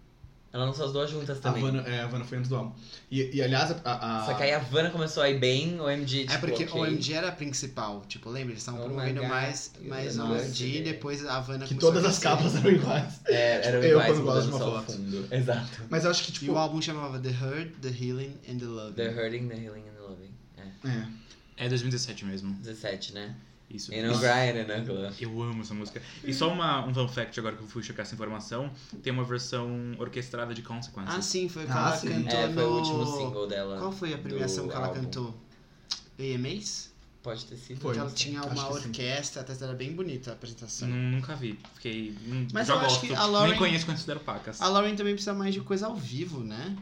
Ela lançou as duas juntas
A
também.
Havana, é, a Havana foi antes do álbum. E, e, aliás, a. a-
Só que aí a Havana começou a ir bem, OMG tipo,
É porque
ok.
OMG era a principal, tipo, lembra? Eles estavam
Oh my
promovendo
God,
mais,
eu
mais
não
OMG
sei.
e depois a Havana
que
começou a
todas as
crescer.
capas né? eram iguais.
É, era
Tipo,
o
eu
iguais
quando gosto de
mudando
uma
só o
foto.
fundo. Exato.
Mas eu acho que,
E
tipo.
o álbum chamava The Hurt, The Healing and The Love.
The Hurting, The Healing and The Loving. É,
É.
É 2017 mesmo.
17, né?
Isso.
E no Grind, né?
Eu amo essa música. E só uma, um fun fact agora que eu fui checar essa informação: tem uma versão orquestrada de Consequences.
Ah, sim, foi o que
Ah,
ela
sim.
cantou
É, foi
no-
o último single dela.
Qual foi a
do
premiação que ela
álbum.
cantou? AMAs?
Pode ter sido.
Foi.
que
não
ela
sei.
tinha
acho
uma
que sim.
orquestra, até era bem bonita a apresentação.
Nu- Nunca vi. Fiquei. hum,
Mas
já
eu acho
gosto.
que a Lauren-
Nem conheço, considero pacas.
A Lauren também precisa mais de coisa ao vivo, né?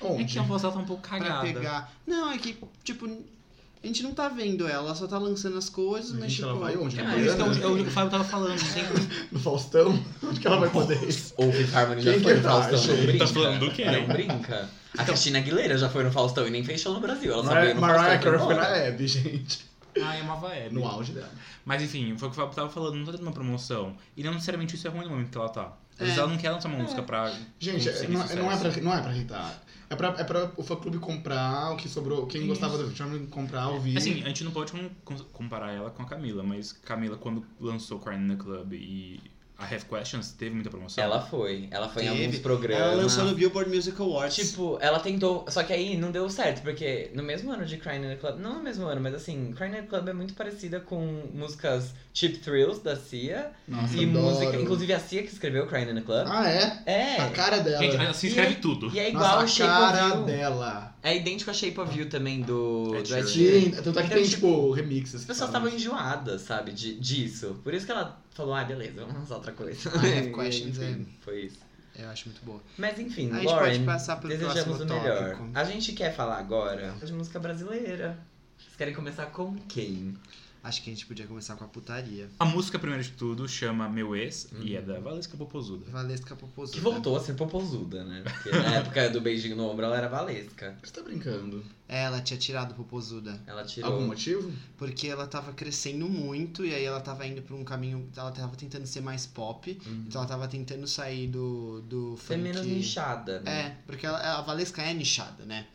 É
Onde?
que a voz dela tá um pouco
Pra
cagada.
pegar. Não, é que, tipo, a gente não tá vendo ela, ela só tá lançando as coisas, mas
Gente,
tipo.
ela vai onde?
É,
Na
mas isso é
Havana?
o- é o que o Fábio tava falando. Não tem...
No Faustão? Onde que ela vai poder ir?
Ou Fifth Harmony já
Quem
foi
que Então-
no
tá,
Faustão, não
gente?
brinca.
Tá falando do quê?
Não brinca. A Cristina Aguilera já foi no Faustão e nem fez show no Brasil. Ela só
Mariah
veio no Faustão. né?
Mariah
e foi
Carey foi
embora.
na Hebe, gente.
Ah, é uma vibe.
No auge dela.
Mas enfim, foi o que o Fábio tava falando, não tá tendo uma promoção. E não necessariamente isso é ruim no momento que ela tá. Às vezes
É.
ela não quer lançar uma música pra.
Gente, é-
conseguir
não,
sucesso.
não é pra, não é pra irritar. É pra, é pra o fã-clube comprar o que sobrou. Quem gostava do filme comprar, ouvir.
Assim, a gente não pode com- com- comparar ela com a Camila, mas Camila, quando lançou Crying in the Club e a Have Questions, teve muita promoção.
Ela foi. Ela foi
Teve.
em alguns programas.
Ela lançou no Billboard Music Awards.
Tipo, ela tentou, só que aí não deu certo, porque no mesmo ano de Crying in the Club, não no mesmo ano, mas assim, Crying in the Club é muito parecida com músicas Cheap Thrills da Cia
Nossa,
e
adoro.
música, inclusive a Cia que escreveu Crying in the Club.
Ah, é? A
é.
cara dela.
Gente, ela se
E
escreve
aí-
tudo.
E é igual
Nossa,
ao Shape
a cara
of You.
dela.
É idêntico a Shape of You também do
Ed
do Ed Sheeran.
Sim, tanto é que
Então,
tem,
tipo,
tipo, remixes.
As
que
pessoas
falam.
estavam enjoadas, sabe, de, disso. Por isso que ela falou, ah, beleza, vamos lançar outra coisa.
I have questions,
Enfim,
é.
Foi isso.
Eu acho muito boa.
Mas enfim,
A gente
Lauren,
pode passar pro
desejamos o
próximo
melhor.
tópico.
A gente quer falar agora de música brasileira. Vocês querem começar com quem?
Acho que a gente podia começar com a putaria.
A música, primeiro de tudo, chama Meu Ex e é da Valesca Popozuda.
Valesca Popozuda.
Que voltou a ser popozuda, né? Porque na época do beijinho no ombro ela era valesca.
Você tá brincando?
Ela tinha tirado Popozuda.
Ela tirou.
Algum motivo?
Porque ela tava crescendo muito e aí ela tava indo pra um caminho. Ela tava tentando ser mais pop. Então ela tava tentando sair do. do
Hum. Ser
funk.
menos inchada, né?
É, porque ela- a Valesca é nichada, né?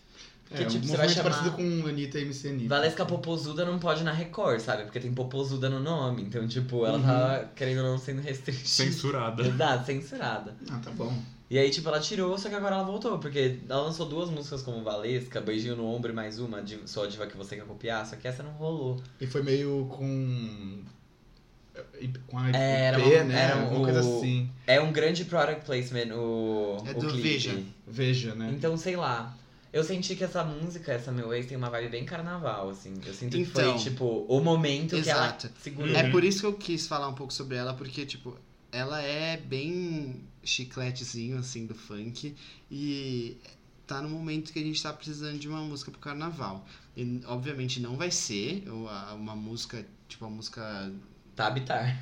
Que,
é,
tipo,
um
você vai
movimento
chamar-
parecido com Anitta e MC Anitta.
Valesca Popozuda não pode na Record, sabe? Porque tem Popozuda no nome. Então, tipo,
Uhum.
ela tá querendo ou não sendo restringida.
Censurada.
Exato, censurada.
Ah, tá bom.
E aí, tipo, ela tirou, só que agora ela voltou, porque ela lançou duas músicas como Valesca, Beijinho no Ombro e mais uma, de Sou a Diva que Você Quer Copiar, só que essa não rolou.
E foi meio com. Com a IP,
É, era uma-
né?
era
Alguma
um-
coisa assim.
É um grande product placement o,
É
o
do
clipe.
Vision.
Veja, né?
Então, sei lá. Eu senti que essa música, essa Meu Ex, tem uma vibe bem carnaval, assim. Eu sinto
Então.
que foi, tipo, o momento
Exato.
que ela segurou.
Uhum.
É por isso que eu quis falar um pouco sobre ela, porque, tipo, ela é bem chicletezinho, assim, do funk. E tá no momento que a gente tá precisando de uma música pro carnaval. E, obviamente, não vai ser uma, uma música, tipo, a música.
Tá habitar.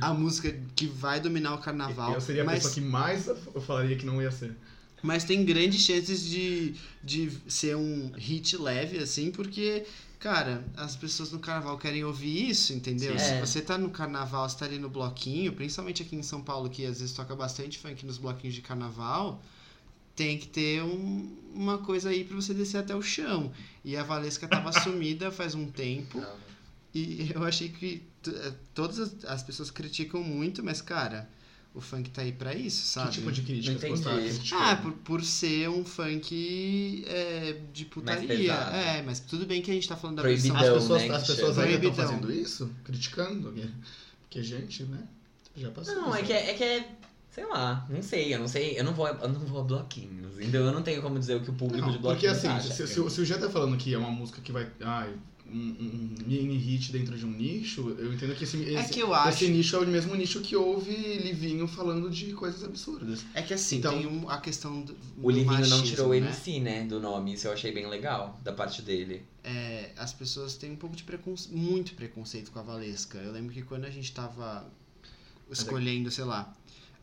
A música que vai dominar o carnaval.
Eu seria a
mas,
pessoa que mais eu falaria que não ia ser.
mas tem grandes chances de, de ser um hit leve, assim, porque. Cara, as pessoas no carnaval querem ouvir isso, entendeu?
Sim.
Se
É.
você tá no carnaval, você tá ali no bloquinho, principalmente aqui em São Paulo, que às vezes toca bastante funk nos bloquinhos de carnaval, tem que ter um- uma coisa aí pra você descer até o chão. E a Valesca tava sumida faz um tempo. E eu achei que t- eh, todas as- as pessoas criticam muito, mas, cara, o funk tá aí pra isso, sabe?
Que tipo de críticas
Não
gostaram?
entendi.
Criticaram?
Ah, por, por ser um funk é, de putaria.
pesado.
É, mas tudo bem que a gente tá falando da
Proibidão.
As
versão.
pessoas,
né, que
as pessoas
chama.
ainda estão
Proibidão.
fazendo isso? Criticando? Porque, gente, né? Já passou. né?
Não, é que é, é que é. Sei lá, não sei, eu não sei, eu não vou, eu não vou a bloquinhos, então eu não tenho como dizer o que o público
Não,
de
porque
bloquinhos
assim,
acha.
se, se o- se o Jean tá falando que é uma música que vai. Ai, um, um mini hit dentro de um nicho, eu entendo que esse,
É
esse,
que eu acho.
esse nicho é o mesmo nicho que houve Livinho falando de coisas absurdas.
É que assim,
Então-
tem um- a questão do.
O
do
Livinho não
machismo,
tirou o
né?
MC, né, do nome, isso eu achei bem legal, da parte dele.
É, as pessoas têm um pouco de preconceito. Muito preconceito com a Valesca. Eu lembro que quando a gente tava
é
escolhendo, sei lá.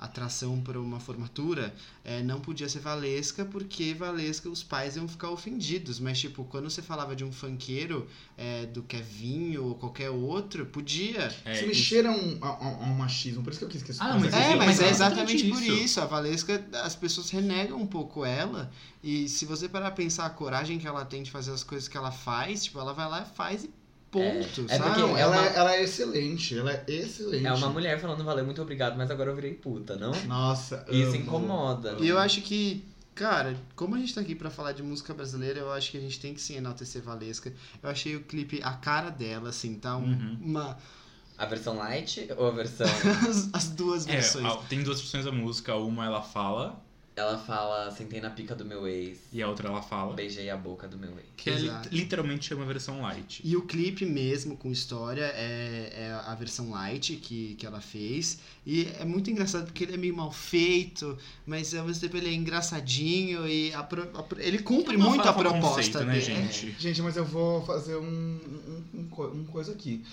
Atração para uma formatura é, não podia ser Valesca, porque Valesca os pais iam ficar ofendidos. Mas, tipo, quando você falava de um funkeiro é, do Kevinho ou qualquer outro, podia.
É,
Se
isso-
mexeram a, a- a um machismo, por isso que eu quis que isso
Ah, mas
É,
assim.
Sim,
mas
mas
é
é
exatamente
exatamente
por
isso.
isso. A Valesca, as pessoas renegam um pouco ela. E se você parar pra pensar a coragem que ela tem de fazer as coisas que ela faz, tipo, ela vai lá e faz e ponto,
É
sabe?
porque
Não,
é
ela,
uma-
ela é excelente, ela é excelente.
É uma mulher falando valeu, muito obrigado, mas agora eu virei puta, não?
Nossa,
Isso
amo.
incomoda.
Ah, E eu acho que, cara, como a gente tá aqui pra falar de música brasileira, eu acho que a gente tem que sim enaltecer Valesca. Eu achei o clipe a cara dela, assim, tá? Um-
Uhum.
Uma,
A versão light ou a versão.
as, as duas
É,
versões.
a- tem duas versões da música. Uma ela fala
ela fala, sentei na pica do meu ex,
e a outra ela fala.
beijei a boca do meu ex.
Que é, li-
Exato.
literalmente chama a versão light.
E o clipe mesmo, com história, é, é a versão light que, que ela fez. E é muito engraçado porque ele é meio mal feito, mas ao mesmo tempo ele é engraçadinho e a pro- a pro- ele cumpre
Uma
muito a
farofa
proposta
conceito, né,
dele.
gente?
Gente, mas eu vou fazer um, um, um co- um coisa aqui.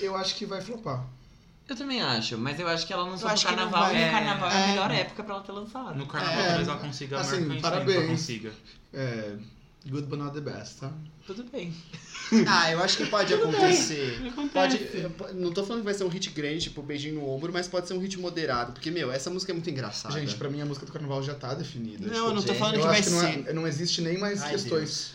Eu acho que vai flopar.
Eu também acho, mas eu acho que ela
Eu
lançou no
acho que não
carnaval.
vai.
E o carnaval é,
É.
a melhor época pra ela ter lançado.
No carnaval
É,
talvez ela consiga
assim,
a marca
parabéns.
Ela consiga.
É. Good but not the best, tá?
Tudo bem.
Ah, eu acho que pode acontecer. Pode, eu- não tô falando que vai ser um hit grande, tipo beijinho no ombro, mas pode ser um hit moderado. Porque, meu, essa música é muito engraçada.
Gente, pra mim a música do carnaval já tá definida.
não, eu não tô
gente,
falando
eu
que
acho
vai
que não,
ser.
é- não existe nem mais
Ai,
questões.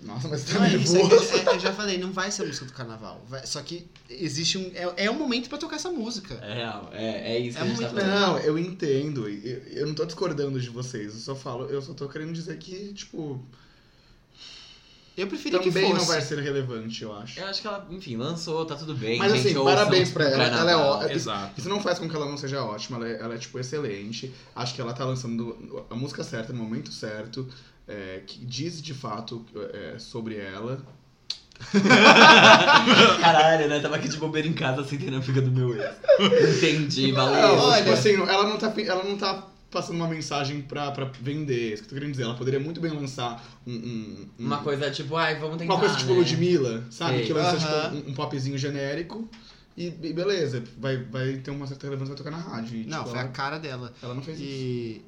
Nossa, mas tá
Não é isso, é que
nervoso.
eu- é- eu já falei, não vai ser a música do carnaval. Vai- só que existe um. É, é um momento pra tocar essa música.
É real, é, é isso
É
que a gente tá
muito
falando.
Não, eu entendo. Eu, eu não tô discordando de vocês. Eu só falo, eu só tô querendo dizer que, tipo,
Eu preferia que
também
fosse.
não vai ser relevante, eu acho.
Eu acho que ela, enfim, lançou, tá tudo bem.
Mas,
gente,
assim,
ouçam
parabéns pra
o
ela,
carnaval.
ela é ó-
Exato.
Isso não faz com que ela não seja ótima, ela é, ela é, tipo excelente. Acho que ela tá lançando a música certa no momento certo, é, que diz de fato é, sobre ela.
Caralho, né? Tava aqui de bobeira assim, em casa, sentei na fica do meu ex. Entendi, valeu.
é
Tipo,
Não, tipo assim, ela não tá, ela não tá passando uma mensagem pra, pra vender. Isso que eu tô querendo dizer. Ela poderia muito bem lançar um. um- um-
Uma coisa tipo, ai, vamos tentar.
uma coisa tipo
né?
Ludmilla, sabe?
Sei.
Que lança
Aham.
tipo, um, um popzinho genérico. E, e beleza, vai, vai ter uma certa relevância, vai tocar na rádio. E,
Não,
tipo,
foi a
ela,
cara dela.
ela não fez isso.
E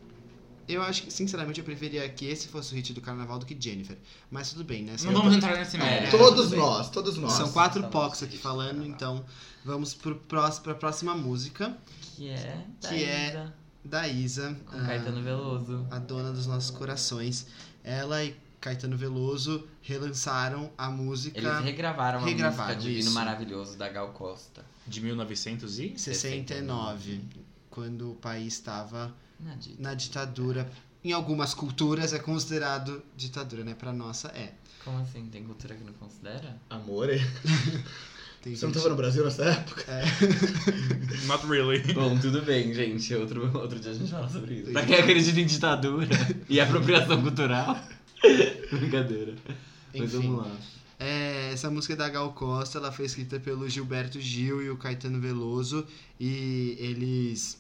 eu acho que, sinceramente, eu preferia que esse fosse o hit do carnaval do que Jennifer. Mas tudo bem, né?
Assim,
Não vamos entrar nesse
É.
mérito.
Todos nós, todos nós.
São quatro
Nossa,
POCs
nossa,
aqui
gente,
falando,
caralho.
então vamos pro próximo, pra próxima música
Que é. da
Que é- ah,
Isa,
da Isa,
Com
a-
Caetano Veloso.
a, dona dos nossos corações. Ela e Caetano Veloso relançaram a
Eles
música
regravaram, a
regravaram,
música Divino
isso.
Maravilhoso da Gal Costa.
De 1900 e...
69, quando o país estava
Nadine,
na ditadura. Em algumas culturas é considerado ditadura, né? Pra nossa é.
Como assim? Tem cultura que não considera?
Amore.
Tem
é? Você não
gente-
tava no Brasil nessa época?
Not really.
Bom, tudo bem, gente. Outro, outro dia a gente fala sobre isso. Pra quem acredita em ditadura e apropriação cultural. Brincadeira. Mas
Enfim.
vamos lá.
É, essa música é da Gal Costa, ela foi escrita pelo Gilberto Gil e o Caetano Veloso, e eles.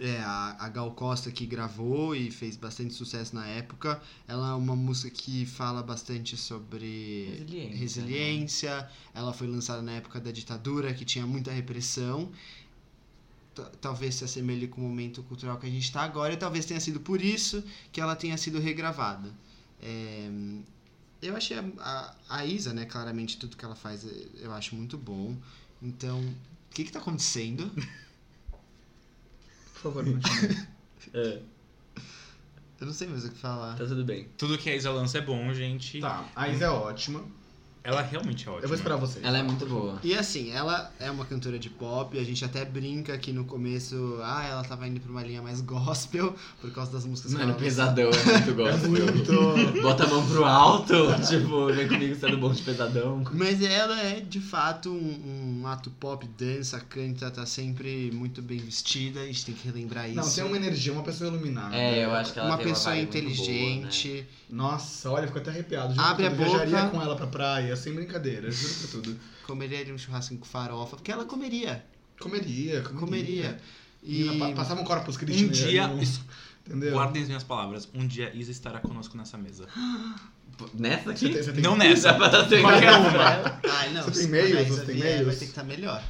É, a, a Gal Costa que gravou e fez bastante sucesso na época. Ela é uma música que fala bastante sobre
Resiliência. né?
resiliência. Ela foi lançada na época da ditadura, que tinha muita repressão. Ta- Talvez se assemelhe com o momento cultural que a gente está agora, e talvez tenha sido por isso que ela tenha sido regravada. É, eu achei a, a- a Isa, né? Claramente, tudo que ela faz eh, eu acho muito bom. Então, o que que tá acontecendo?
Por favor, continue.
É,
Eu não sei mais o que falar.
tá tudo bem.
Tudo que a Isa lança é bom, gente.
tá, a Isa é ótima.
Ela realmente é ótima.
Eu vou esperar vocês.
Ela é muito boa.
E assim, ela é uma cantora de pop, a gente até brinca aqui no começo, ah, ela tava indo pra uma linha mais gospel por causa das músicas que ela
Mano,
lança.
pesadão é muito gosto. Bota a mão pro alto, tipo, vem comigo sendo bom de pesadão.
Mas ela é de fato um, um ato pop, dança, canta, tá sempre muito bem vestida, a gente tem que relembrar
Não,
é isso.
tem uma energia, uma pessoa iluminada.
É, eu acho que ela
Ah, uma
tem uma
pessoa
vibe muito né?
inteligente.
Nossa, olha, eu fico até arrepiado. Juro
Abre
por
a
tudo, Eu viajaria
boca.
com ela pra praia, sem brincadeira, juro por tudo.
Comeria um churrasco com farofa, porque ela comeria.
Comeria, comeria.
Comeria. E
Menina, pa- passava um corpus crítico.
Um dia,
Entendeu?
guardem as minhas palavras, um dia Isa estará conosco nessa mesa.
boa, né? Nessa
Você
aqui?
tem, você tem
Não
que-
nessa. Qualquer uma.
Ai, não,
Você tem
se
e-mails?
quando a Isa
Você tem
vier,
e-mails?
Vai ter que estar melhor.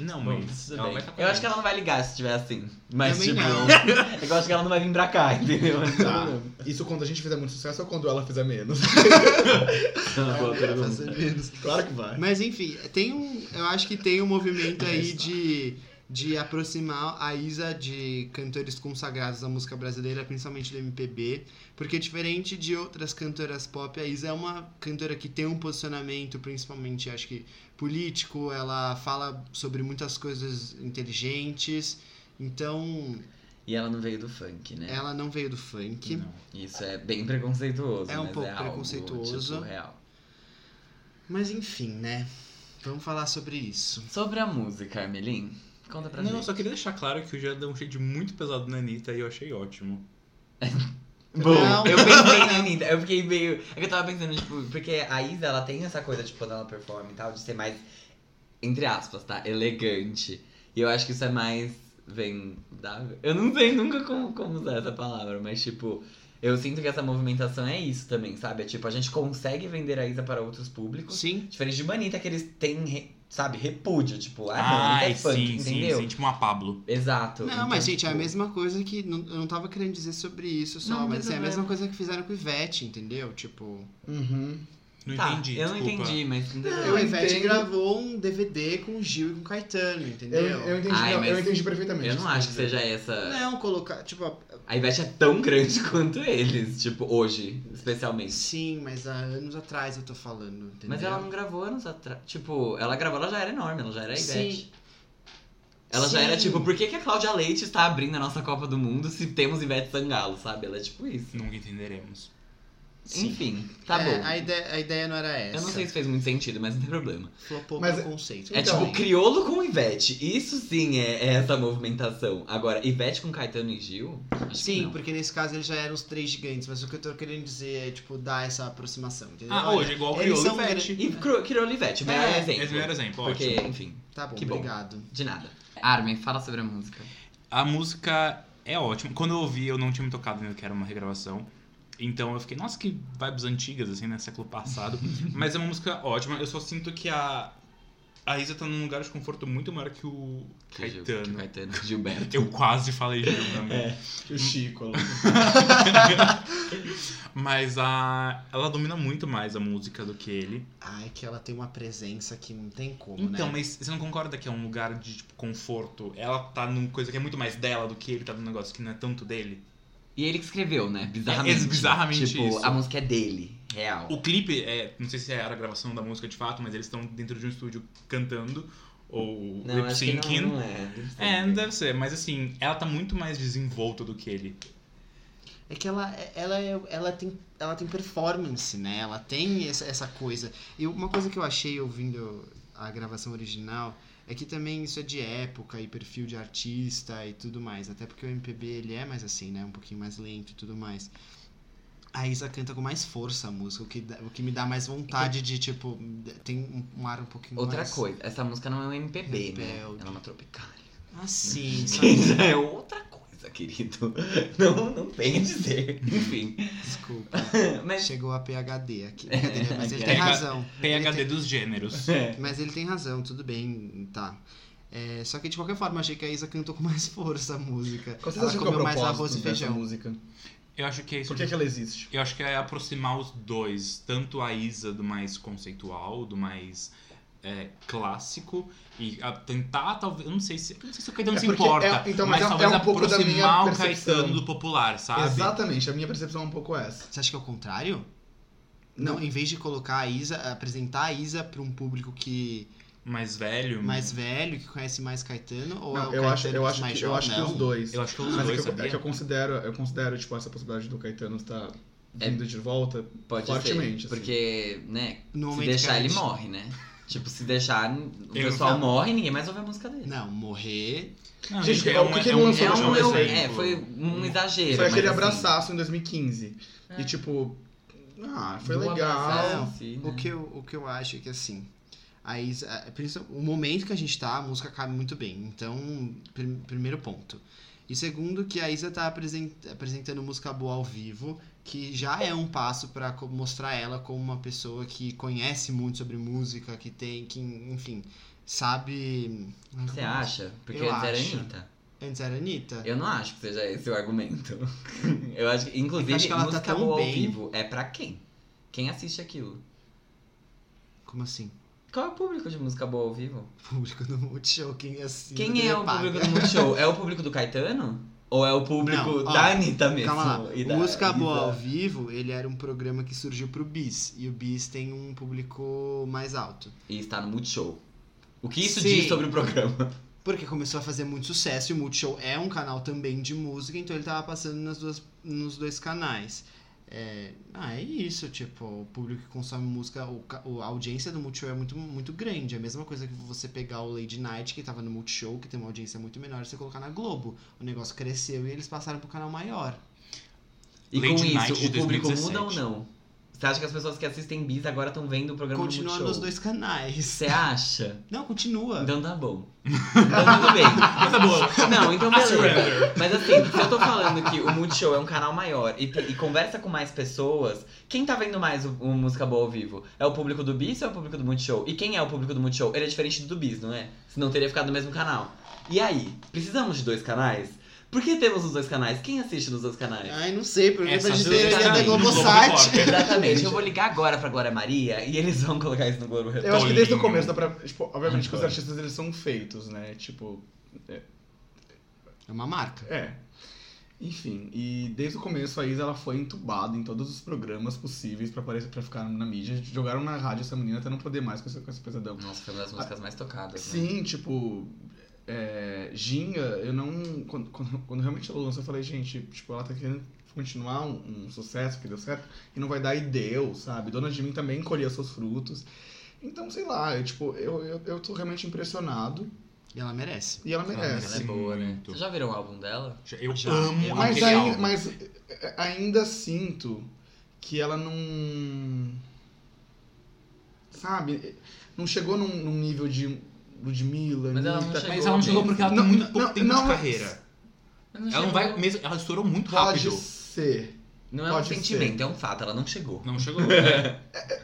Não,
Bom,
mas tá
tudo
ela
bem.
vai estar
Eu acho que ela não vai ligar se tiver assim. Mas,
Também
tipo,
não.
eu acho que ela não vai vir pra cá, entendeu?
Tá. Isso quando a gente fizer muito sucesso ou quando ela fizer menos?
Tá uma boa pergunta.
Fazer menos.
claro que vai.
Mas enfim, tem um. Eu acho que tem um movimento aí de, de aproximar a Isa de cantores consagrados da música brasileira, principalmente do MPB. Porque diferente de outras cantoras pop, a Isa é uma cantora que tem um posicionamento, principalmente, acho que, político, ela fala sobre muitas coisas inteligentes. Então,
E ela não veio do funk, né?
ela não veio do funk.
Não.
Isso é bem preconceituoso.
É um
mas
pouco
algo,
preconceituoso.
tipo, real.
Mas enfim, né? Vamos falar sobre isso.
Sobre a música, Armelin, conta pra
Não, eu
gente.
só queria deixar claro que o Jean deu um shade muito pesado na Anitta e eu achei ótimo.
Bom,
Não.
eu pensei na Anitta, eu fiquei meio. É que eu tava pensando, tipo, porque a Isa, ela tem essa coisa, tipo, quando ela performa e tal, de ser mais, entre aspas, tá? Elegante. E eu acho que isso é mais. Vem da. Eu não sei nunca como, como usar essa palavra, mas, tipo, eu sinto que essa movimentação é isso também, sabe? É tipo, a gente consegue vender a Isa para outros públicos.
Sim,
Diferente de Manita, que eles têm, re- sabe, repúdio, tipo, ah, não, Anitta
Ai,
é funk,
sim, sim,
entendeu?
sim, tipo uma Pablo.
Exato.
Não,
Então,
mas gente, é a
tipo,
mesma coisa que. não- eu não tava querendo dizer sobre isso só,
Não, não
mas
tem
assim, é a
problema.
mesma coisa que fizeram com o Ivete, entendeu? Tipo.
Uhum.
Não
Tá,
entendi,
eu
desculpa.
não entendi, mas...
Eu
Eu
a Ivete
entendo.
gravou um DVD com o Gil e com o Caetano, entendeu?
Eu, eu, entendi,
Ai,
eu- eu
mas-
entendi perfeitamente.
Eu não acho que seja essa.
Não, colocar. Tipo, a-
A Ivete é tão grande quanto eles, tipo, hoje, especialmente.
sim, mas há anos atrás eu tô falando, entendeu?
Mas ela não gravou anos atrás. Tipo, ela gravou, ela já era enorme, ela já era a Ivete.
Sim.
Ela já
Sim.
era tipo, por que, que a Cláudia Leite está abrindo a nossa Copa do Mundo se temos Ivete Sangalo, sabe? Ela é tipo isso.
Nunca entenderemos.
Sim.
Enfim, tá
É,
bom.
A ideia, a ideia não era essa.
Eu não sei se fez muito sentido, mas não tem problema.
Flopou
Mas
meu
é-
conceito.
É
Então.
tipo criolo com Ivete. Isso sim é, é essa movimentação. Agora, Ivete com Caetano e Gil? Acho que
Sim,
não.
porque nesse caso eles já eram os três gigantes, mas o que eu tô querendo dizer é, tipo, dar essa aproximação, entendeu?
Ah,
Olha,
hoje, igual o
eles
Criolo
são
e Ivete.
E cro- criolo e Ivete, o melhor
É,
exemplo.
Esse é o melhor exemplo,
Porque,
ótimo.
enfim,
Tá bom,
Que bom.
obrigado.
de nada. Armin, fala sobre a música.
A música é ótimo. Quando eu ouvi, eu não tinha me tocado ainda que era uma regravação. Então eu fiquei, nossa, que vibes antigas, assim, né? Século passado. Mas é uma música ótima. Eu só sinto que a. A Isa tá num lugar de conforto muito maior que o
Que Gil- que
Caetano.
Caetano, que Gilberto.
Eu quase falei Gil pra mim.
É.
O Chico.
Mas a. Ela domina muito mais a música do que ele.
Ai, que ela tem uma presença que não tem como,
Então,
né?
mas você não concorda que é um lugar de tipo, conforto? Ela tá numa coisa que é muito mais dela do que ele tá num negócio que não é tanto dele.
E ele que escreveu, né? Bizarramente.
É, é bizarramente
tipo,
isso.
a música é dele, real.
O clipe, é, não sei se era a gravação da música de fato, mas eles estão dentro de um estúdio cantando ou
Não,
lip
acho que
syncing.
não, não é. Não sei.
É, deve ser, mas assim, ela tá muito mais desenvolta do que ele.
É que ela, ela, é- ela, tem, ela tem performance, né? Ela tem essa, essa coisa. E uma coisa que eu achei ouvindo a gravação original é que também isso é de época e perfil de artista e tudo mais. Até porque o MPB ele é mais assim, né? Um pouquinho mais lento e tudo mais. A Isa canta com mais força a música, o que, dá- o que me dá mais vontade de, tipo, tem um- um ar um pouquinho
Outra
mais...
coisa, essa música não é um MPB, né?
Rebelde.
Ela é uma tropical.
Assim, sabe?
Isso é outra coisa, querido. Não, não tem a dizer. Enfim.
Desculpa.
Mas É,
Chegou a PHD aqui. Brincadeira, mas ele
aqui.
tem
PHD.
razão.
PHD dos gêneros.
é.
Mas ele tem razão, tudo bem, tá. É, só que de qualquer forma, achei que a Isa cantou com mais força a música.
Qual vocês
Ela
acham que é o
comeu mais
propósito
arroz e
dessa
feijão.
música?
Eu acho que é isso.
né? Por que, que ela existe?
Eu acho que é aproximar os dois, tanto a Isa do mais conceitual, do mais é, clássico, e a- tentar, talvez, eu não sei se, eu não sei se o Caetano
É
se
porque
importa,
é- então,
mas,
mas é-
talvez
é um pouco da minha
aproximar o
percepção.
Caetano do popular, sabe?
Exatamente, a minha percepção é um pouco essa.
Você acha que é o contrário? Não, em vez de colocar a Isa, apresentar a Isa pra um público que
Mais
Hum.
velho.
mais velho, que conhece mais Caetano, ou é o
Não, eu
Caetano
acho, eu
que é
acho,
mais
que, eu
jovem?
acho que
Não.
os dois.
Eu acho que os
Mas
dois,
é que, eu, é
sabia?
que eu considero, eu considero tipo, essa possibilidade do Caetano estar
É.
vindo de volta.
Pode
Fortemente,
ser.
assim.
Porque, né?
No
Se
momento
deixar,
que a
ele
gente-
morre, né? Tipo, se deixar, o
Ele
pessoal
não-
morre e ninguém mais ouve a música dele.
Não, morrer.
Não,
Gente,
gente, é
é o
um-
que que
é
ele
um-
lançou
É
é
de
um
um,
novo,
eu-
exemplo.
é, foi um exagero.
é
Foi aquele
mas, assim,
abraçaço em 2015.
É.
E tipo. Ah, foi
do
legal.
abraçar em si, né?
O que, eu, o que eu acho é que assim. A Isa, a- principal- o momento que a gente tá, a música cabe muito bem. Então, prim- primeiro ponto. E segundo, que a Isa tá apresen- apresentando música boa ao vivo, que já é um passo pra co- mostrar ela como uma pessoa que conhece muito sobre música, que tem, que, enfim, sabe.
Você acha? Porque
Eu
antes era
acho.
Anitta.
Antes era a Anitta.
Eu não acho que seja esse o argumento. Eu acho que, inclusive,
Eu acho que ela tá
música
tão
boa ao
bem.
vivo é pra quem? Quem assiste aquilo?
Como assim?
Qual é o público de música boa ao vivo?
Público do Multishow, quem assim?
Quem é o público do Multishow? É o público do Caetano? Ou é o público
Não, ó,
da Anitta mesmo?
Calma lá.
E
O
da
Música
Isa?
Boa ao Vivo, ele era um programa que surgiu pro Bis. E o Bis tem um público mais alto.
E está no Multishow. O que isso
Sim.
diz sobre o programa?
Porque começou a fazer muito sucesso e o Multishow é um canal também de música, então ele tava passando nas duas, nos dois canais. É, ah, é isso, tipo, o público que consome música, o, ca- o- a audiência do Multishow é muito, muito grande. É a mesma coisa que você pegar o Lady Night, que tava no Multishow, que tem uma audiência muito menor, e você colocar na Globo. O negócio cresceu e eles passaram pro canal maior.
E
Lady
com
Night
isso,
de
o público
2017.
muda ou não? Você acha que as pessoas que assistem Bis agora estão vendo o programa
Continua
do Multishow?
nos dois canais.
Você acha?
Não, continua.
Então tá bom. Então tudo bem.
Tá bom.
Não, então beleza.
Surrender.
Mas assim, se eu tô falando que o Multishow é um canal maior e, te- e conversa com mais pessoas, quem tá vendo mais o, o Música Boa ao vivo? É o público do Bis ou é o público do Multishow? E quem é o público do Multishow? Ele é diferente do Bis, não é? Senão teria ficado no mesmo canal. E aí, precisamos de dois canais? Por que temos os dois canais? Quem assiste nos dois canais?
Ai, não sei, pergunta
Essa
de
dúvida
teoria da
também, no
Globosat.
Globo
Exatamente, eu vou ligar agora pra Glória Maria e eles vão colocar isso no Globo Repórter.
Eu acho que desde o
Tolinho.
começo dá pra. Tipo, obviamente que os
Adoro.
artistas eles são feitos, né? Tipo,
É uma marca.
é. Enfim, e desde o começo a Isa ela foi entubada em todos os programas possíveis pra aparecer para ficar na mídia. Jogaram na rádio essa menina até não poder mais com esse, com esse pesadão.
Nossa, foi uma das músicas mais tocadas. né?
Sim, tipo. É, Ginga, eu não. Quando, quando, quando realmente ela lançou, eu falei, gente, tipo, ela tá querendo continuar um, um sucesso que deu certo e não vai dar e deu, sabe? Dona de mim também colhia seus frutos. Então, sei lá, eu, tipo, eu, eu, eu tô realmente impressionado
E ela merece.
e ela merece.
Ela um é boa, né?
Muito.
Vocês já viram o álbum dela?
Eu
Já.
amo
Mas,
aquele
ai-
álbum.
mas, eh, ainda sinto que ela não. Sabe? Não chegou num, num nível de Ludmilla.
Mas ela não
Anitta.
chegou.
Mas ela não chegou porque ela tem
Não,
muito
não,
pouco tempo
não,
de
mas-
carreira. Ela não vai. Mesmo, ela estourou muito
Pode
rápido.
ser.
Não é um
Pode ser.
sentimento, é um fato. Ela não chegou.
Não chegou. É.
No,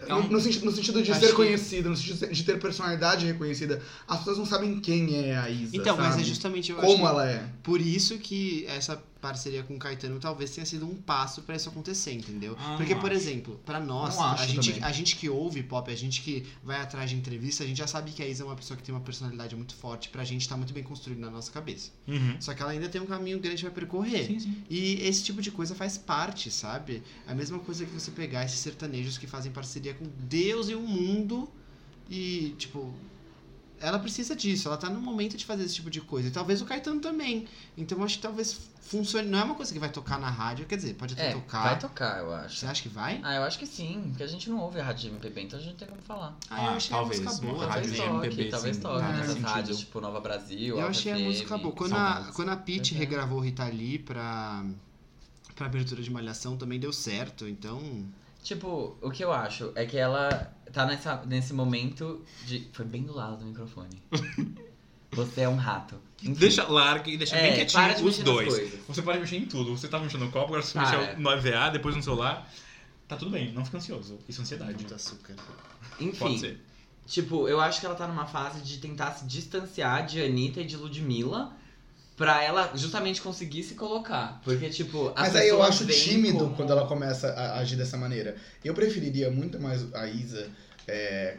Então,
Ela não-
no senti- no sentido de
Acho
ser
que-
conhecida, no sentido de ter personalidade reconhecida. As pessoas não sabem quem é a Isa.
Então, mas é
sabe?
justamente eu acho que-
Como ela é.
Por isso que essa parceria com o Caetano talvez tenha sido um passo pra isso acontecer, entendeu?
Ah,
Porque,
não
por
acho.
exemplo, pra nós,
Não acho
a gente,
também.
a gente que ouve pop, a gente que vai atrás de entrevista, a gente já sabe que a Isa é uma pessoa que tem uma personalidade muito forte, pra gente tá muito bem construído na nossa cabeça.
Uhum.
Só que ela ainda tem um caminho grande pra percorrer.
Sim, sim.
E esse tipo de coisa faz parte, sabe? A mesma coisa que você pegar esses sertanejos que fazem parceria com Deus e o mundo e, tipo, ela precisa disso, ela tá no momento de fazer esse tipo de coisa. E talvez o Caetano também. Então eu acho que talvez funcione. Não é uma coisa que vai tocar na rádio, quer dizer, pode até
É,
tocar.
vai tocar, eu
Você
acho.
acha que vai?
Ah, eu acho que sim, porque a gente não ouve a rádio de MPB, então a gente não tem como falar.
Ah, eu
Ah,
achei
talvez,
a música
uma
boa. tá talvez.
rádio de
toque,
MPB,
talvez
sim.
toque
Ah,
nessas
sentido.
rádios, tipo Nova Brasil,
Eu achei a
FM,
música boa. Quando a,
saudades.
quando a Pete
Uhum.
regravou Rita Lee pra, pra abertura de Malhação também deu certo, então.
Tipo, o que eu acho é que ela tá nessa, nesse momento de. Foi bem do lado do microfone. Você é um rato. Enfim.
Deixa larga e deixa bem
É, para de
quietinho os
mexer nas
dois.
coisas.
Você pode mexer em tudo. Você tava mexendo no copo, agora você
Para.
mexeu no EVA, depois no celular. Tá tudo bem, não fica ansioso. Isso é ansiedade.
Muito Tá açúcar.
Pode
Enfim,
ser.
tipo, eu acho que ela tá numa fase de tentar se distanciar de Anitta e de Ludmilla pra ela justamente conseguir se colocar. Porque, tipo, as
Mas aí eu
pessoas
acho
veem
tímido
como-
quando ela começa a agir dessa maneira. Eu preferiria muito mais a Isa é,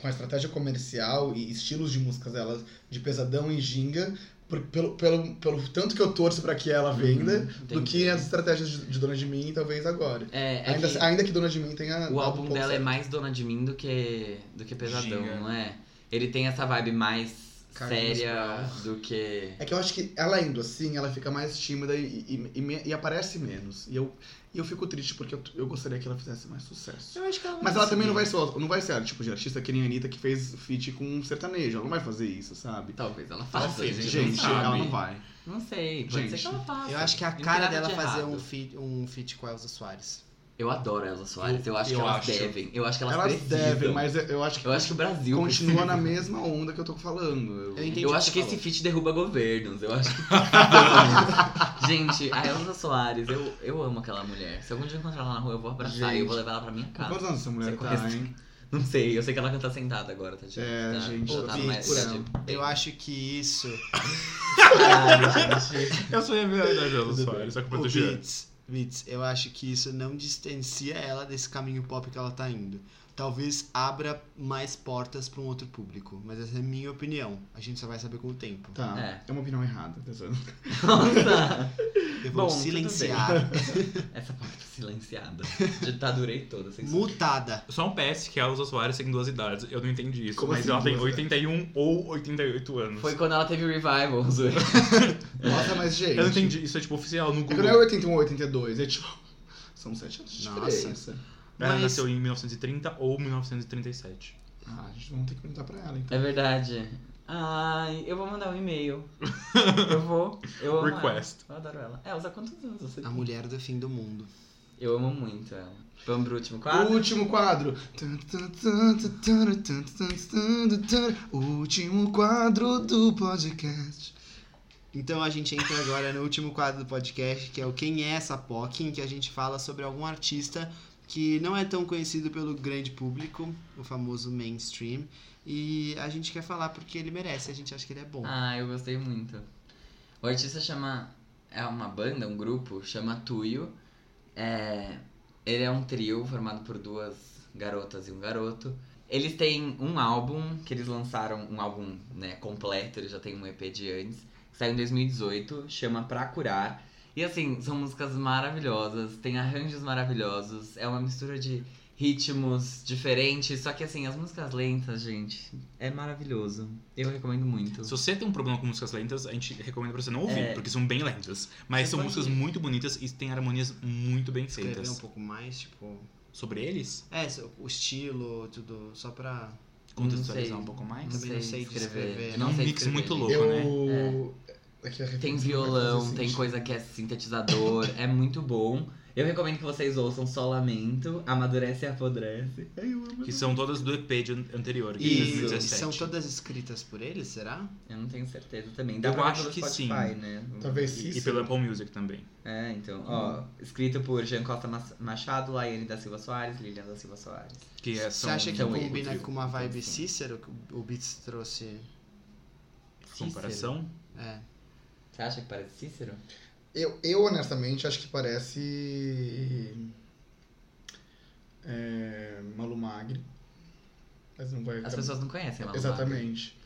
com a estratégia comercial e estilos de músicas dela de pesadão e ginga, por- pelo, pelo, pelo tanto que eu torço pra que ela venda, do
Uhum. entendi.
que as estratégias de, de Dona de Mim, talvez agora.
É, é
ainda,
que
que... ainda que Dona de Mim tenha. dado
o
um
álbum
pouco
dela é
certo.
mais Dona de Mim do que, do que Pesadão,
Giga.
não é? Ele tem essa vibe mais
Carlinhos
séria do que...
É que eu acho que ela indo assim, ela fica mais tímida e, e- e me- e aparece menos. E eu, e eu fico triste porque eu, eu gostaria que ela fizesse mais sucesso.
Eu acho que ela
Mas ela também não vai ser, não vai ser tipo de artista que nem a Anitta que fez feat com um sertanejo. Ela não vai fazer isso, sabe?
Talvez ela faça,
Ela fez,
gente,
gente,
não sabe.
ela não vai.
Não sei, pode ser
Gente,
que ela faça.
Eu acho que a
Não tem
cara
nada
dela
de
fazer
errado.
um feat, um feat com a Elza Soares.
Eu adoro elas Soares, eu acho
Eu
que elas
acho.
devem. Eu acho que elas,
Elas
precisam.
devem, mas eu- eu acho que
Eu acho que o Brasil
continua
precisa.
na mesma onda que eu tô falando.
Eu
Eu...
entendi.
Eu
o
acho
você
que
falou.
esse feat derruba governos. Eu acho que. precisamos. Gente, a Elza Soares, eu, eu amo aquela mulher. Se algum dia eu encontrar ela na rua, eu vou abraçar e eu vou levar ela pra minha
Quantos
casa.
anos essa mulher
Você
tá,
conhece?
hein?
Não sei, eu sei que ela canta sentada agora, tá
É,
tá,
gente,
já tá numa
por
época
ela.
de.
Eu acho que isso.
Caralho, gente.
Eu só ia ver a idade dela só. Ele só
O
comprou do Jean.
Beats, Beats, eu acho que isso não distancia ela desse caminho pop que ela tá indo. Talvez abra mais portas pra um outro público. Mas essa é a minha opinião. A gente só vai saber com o tempo.
Tá,
É.
é. uma opinião errada. pessoal.
Nossa.
Eu vou
Bom,
silenciar.
Essa parte tá silenciada. Ditadurei toda, sem
Mutada.
Só um PS que a Elza Soares tem duas idades. Eu não entendi isso.
Como
mas
assim
ela tem
duas
81 ou 88 anos.
Foi quando ela teve o revival, zoeira.
Nossa, mas gente.
Eu não entendi. Isso é tipo oficial no
É que não
Google.
é 81 ou 82, é tipo. São 7 anos de
Nossa.
diferença.
Ela
Mas-
nasceu em 1930 ou 1937.
Ah, a gente vamos ter que perguntar pra ela, então.
É verdade. Ai, eu vou mandar um e-mail. Eu vou. Eu amo
Request.
Ela. Eu adoro ela. Elza, quantos anos você
A
tem?
mulher do fim do mundo.
Eu amo muito ela. Vamos pro último quadro?
Último quadro. Último quadro do podcast.
Então a gente entra agora no último quadro do podcast, que é o Quem é essa POC, em que a gente fala sobre algum artista que não é tão conhecido pelo grande público, o famoso mainstream, e a gente quer falar porque ele merece, a gente acha que ele é bom.
Ah, eu gostei muito. O artista chama. É uma banda, um grupo, chama Tuyo. É, ele é um trio formado por duas garotas e um garoto. Eles têm um álbum que eles lançaram, um álbum né, completo, eles já têm um EP de antes, que saiu em 2018, chama Pra Curar. E assim, são músicas maravilhosas, tem arranjos maravilhosos, é uma mistura de ritmos diferentes, só que assim, as músicas lentas, gente, é maravilhoso. Eu recomendo muito.
Se você tem um problema com músicas lentas, a gente recomenda pra você não ouvir,
É.
porque são bem lentas. Mas
Você
são
pode-
músicas muito bonitas e têm harmonias muito bem
Escrever
feitas.
um pouco mais, tipo.
Sobre eles,
É, so- o estilo, tudo, só pra.
contextualizar
sei.
um pouco mais.
Não também sei descrever.
É
Eu
um
sei
mix
descrever.
muito louco, né?
Eu. É assim, que a
Tem
referência não vai
violão,
fazer
tem
sentido.
coisa que é sintetizador, é muito bom. Eu recomendo que vocês ouçam Só Lamento, Amadurece e Apodrece. Ai, eu amo.
Que são todas do EP de an- anterior, que é
E- E
2017.
são todas escritas por ele, será?
Eu não tenho certeza também.
Eu
Dá pra
acho
pelo
que
Spotify,
sim.
né?
Talvez
E-
sim.
E pelo Apple Music também.
É, então, ó. Escrito por Jean Costa Mas- Machado, Laiane da Silva Soares, Lilian da Silva Soares.
Que é,
Você
são
acha que um
são ele,
combina
Rodrigo.
com uma vibe
Sim.
Cícero que o- o Beats trouxe?
comparação?
É.
Você acha que parece Cícero?
Eu, eu honestamente acho que parece. É, Malu Magri. Mas não vai.
As pessoas não conhecem ela.
Exatamente.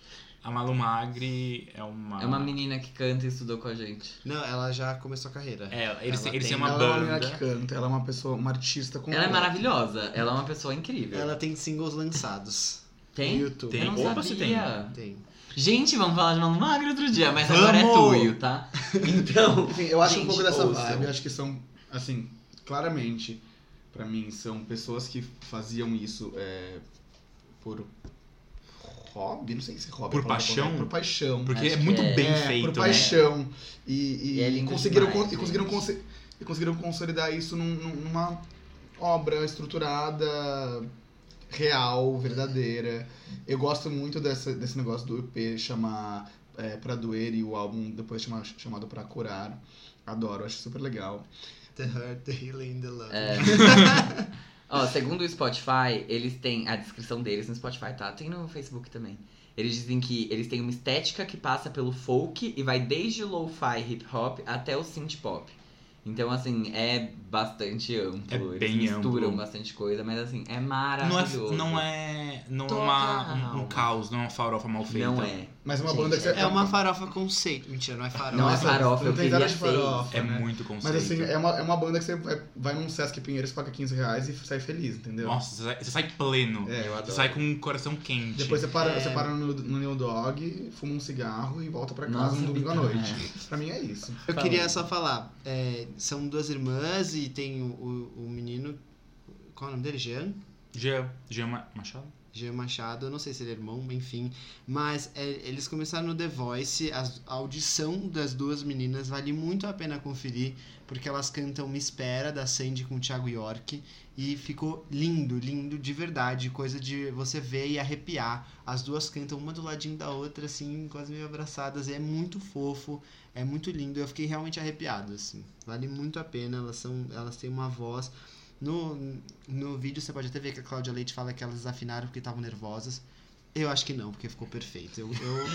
A Malu Magri é uma...
É uma menina que canta e estudou com a gente.
Não, ela já começou a carreira.
É, eles,
Ela
eles
tem-
têm uma
ela é uma
banda.
menina que canta, ela é uma pessoa, uma artista com.
Ela é maravilhosa, ela é uma pessoa incrível.
Ela tem singles lançados.
Tem?
No YouTube.
Tem.
Eu não
Opa, se tem.
sabia.
Tem.
Gente, vamos falar de Malu Magro outro dia, mas agora é
Vamos!
tuyo, tá? Então,
Enfim, eu acho
Gente,
um pouco dessa
ouçam.
vibe.
Eu acho que são, assim, claramente, pra mim, são pessoas que faziam isso é, por hobby, não sei se hobby. é a
Por
palavra
paixão?
correta, Por paixão.
Porque é
Acho que
muito
é.
bem
É,
feito,
por
né?
paixão. E, e
E é lindo
conseguiram,
demais,
con- e conseguiram,
gente.
conse- e conseguiram consolidar isso num- num- numa obra estruturada, real, verdadeira. Eu gosto muito dessa- desse negócio do EP chamar é, Pra Doer e o álbum depois chamar- chamado Pra Curar. Adoro, acho super legal.
The Hurt, The Healing, The Love.
É.
ó, segundo o Spotify, eles têm a descrição deles no Spotify, tá? Tem no Facebook também. Eles dizem que eles têm uma estética que passa pelo folk e vai desde o lo-fi hip hop até o synth pop. Então, assim, é bastante amplo.
É
eles
bem
misturam
amplo.
bastante coisa, mas assim, é
Não
maravilhoso.
é, não é, não é
Toca
uma-
a
um, um
alma.
caos, não é uma farofa mal feita.
Não é.
Mas uma
Gente,
banda que você.
É uma farofa conceito. Mentira, não é farofa.
Não é
Nossa,
farofa,
não
eu
tem
queria
nada de
ser.
farofa.
É
né?
muito conceito.
Mas assim, é uma, é uma banda que você vai, vai num Sesc Pinheiros paga 15 reais e sai feliz, entendeu?
Nossa, você sai, você sai pleno.
É, eu
Você sai com o coração quente.
Depois você para,
É.
você para no, no New Dog, fuma um cigarro e volta pra casa
Nossa,
no domingo à
Vitor,
noite. Pra mim é isso.
Eu queria só falar. é, são duas irmãs e tem o, o, o menino. Qual é o nome dele? Jean?
Jean, Jean Ma- Machado?
Jean Machado, eu não sei se ele é irmão, enfim. Mas é, eles começaram no The Voice, as- a audição das duas meninas vale muito a pena conferir, porque elas cantam Me Espera, da Sandy com o Thiago York, e ficou lindo, lindo de verdade, coisa de você ver e arrepiar. As duas cantam uma do ladinho da outra, assim, quase meio abraçadas, e é muito fofo, é muito lindo, eu fiquei realmente arrepiado, assim. Vale muito a pena, elas, são, elas têm uma voz. No, no vídeo você pode até ver que a Cláudia Leite fala que elas afinaram porque estavam nervosas. Eu acho que não, porque ficou perfeito. Eu, eu-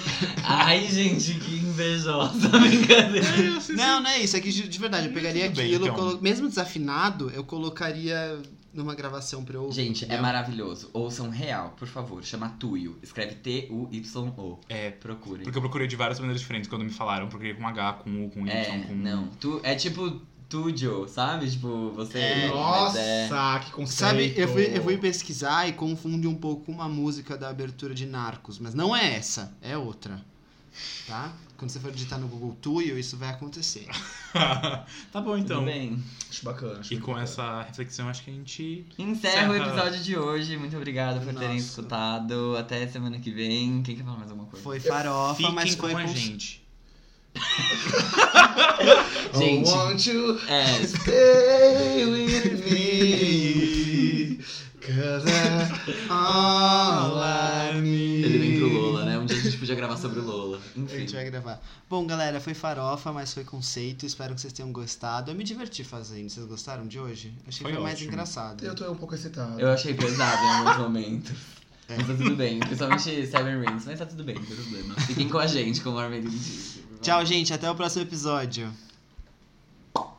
Ai, gente, que invejosa, brincadeira.
Não, não é isso. É que de de verdade, eu pegaria
tudo bem,
aquilo,
então.
colo- mesmo desafinado, eu colocaria numa gravação pra eu ouvir.
Gente, é
entendeu?
maravilhoso. Ouçam real, por favor. Chama Tuyo. Escreve T-U-Y-O.
É,
Procurem.
porque eu procurei de várias maneiras diferentes quando me falaram. Procurei com H, com U, com Y,
É,
com...
não. Tu, é tipo Tudio, sabe? Tipo, você.
É,
mas
Nossa,
é-
que conceito.
Sabe, eu fui, eu fui pesquisar e confunde um pouco com uma música da abertura de Narcos, mas não é essa, é outra. Tá? Quando você for digitar no Google Tuyo, isso vai acontecer.
tá bom,
Tudo
então.
bem.
Acho bacana. Acho
E
muito
com
bacana.
essa reflexão, acho que a gente...
Encerra o
Encerra.
episódio de hoje. Muito obrigado por terem
Nossa.
escutado. Até semana que vem. Quem quer falar mais alguma coisa?
Foi farofa,
Fiquem
mas foi
com a
cons-
gente.
Gente.
I want you
É,
stay with me. Cause I- all I need.
ele vem pro Lola, né? Um dia a gente podia gravar sobre o Lola.
A
Enfim.
gente é. vai gravar. Bom, galera, foi farofa, mas foi conceito. Espero que vocês tenham gostado. Eu me diverti fazendo. Vocês gostaram de hoje? Achei
Foi
que foi mais
ótimo.
engraçado.
Eu tô um pouco excitado.
Eu achei pesado em alguns momentos.
É.
Mas tá tudo bem, principalmente Seven Rings, mas tá tudo bem, não tem problema. Fiquem com a gente, como o Armelino disse.
Tchau, gente. Até o próximo episódio.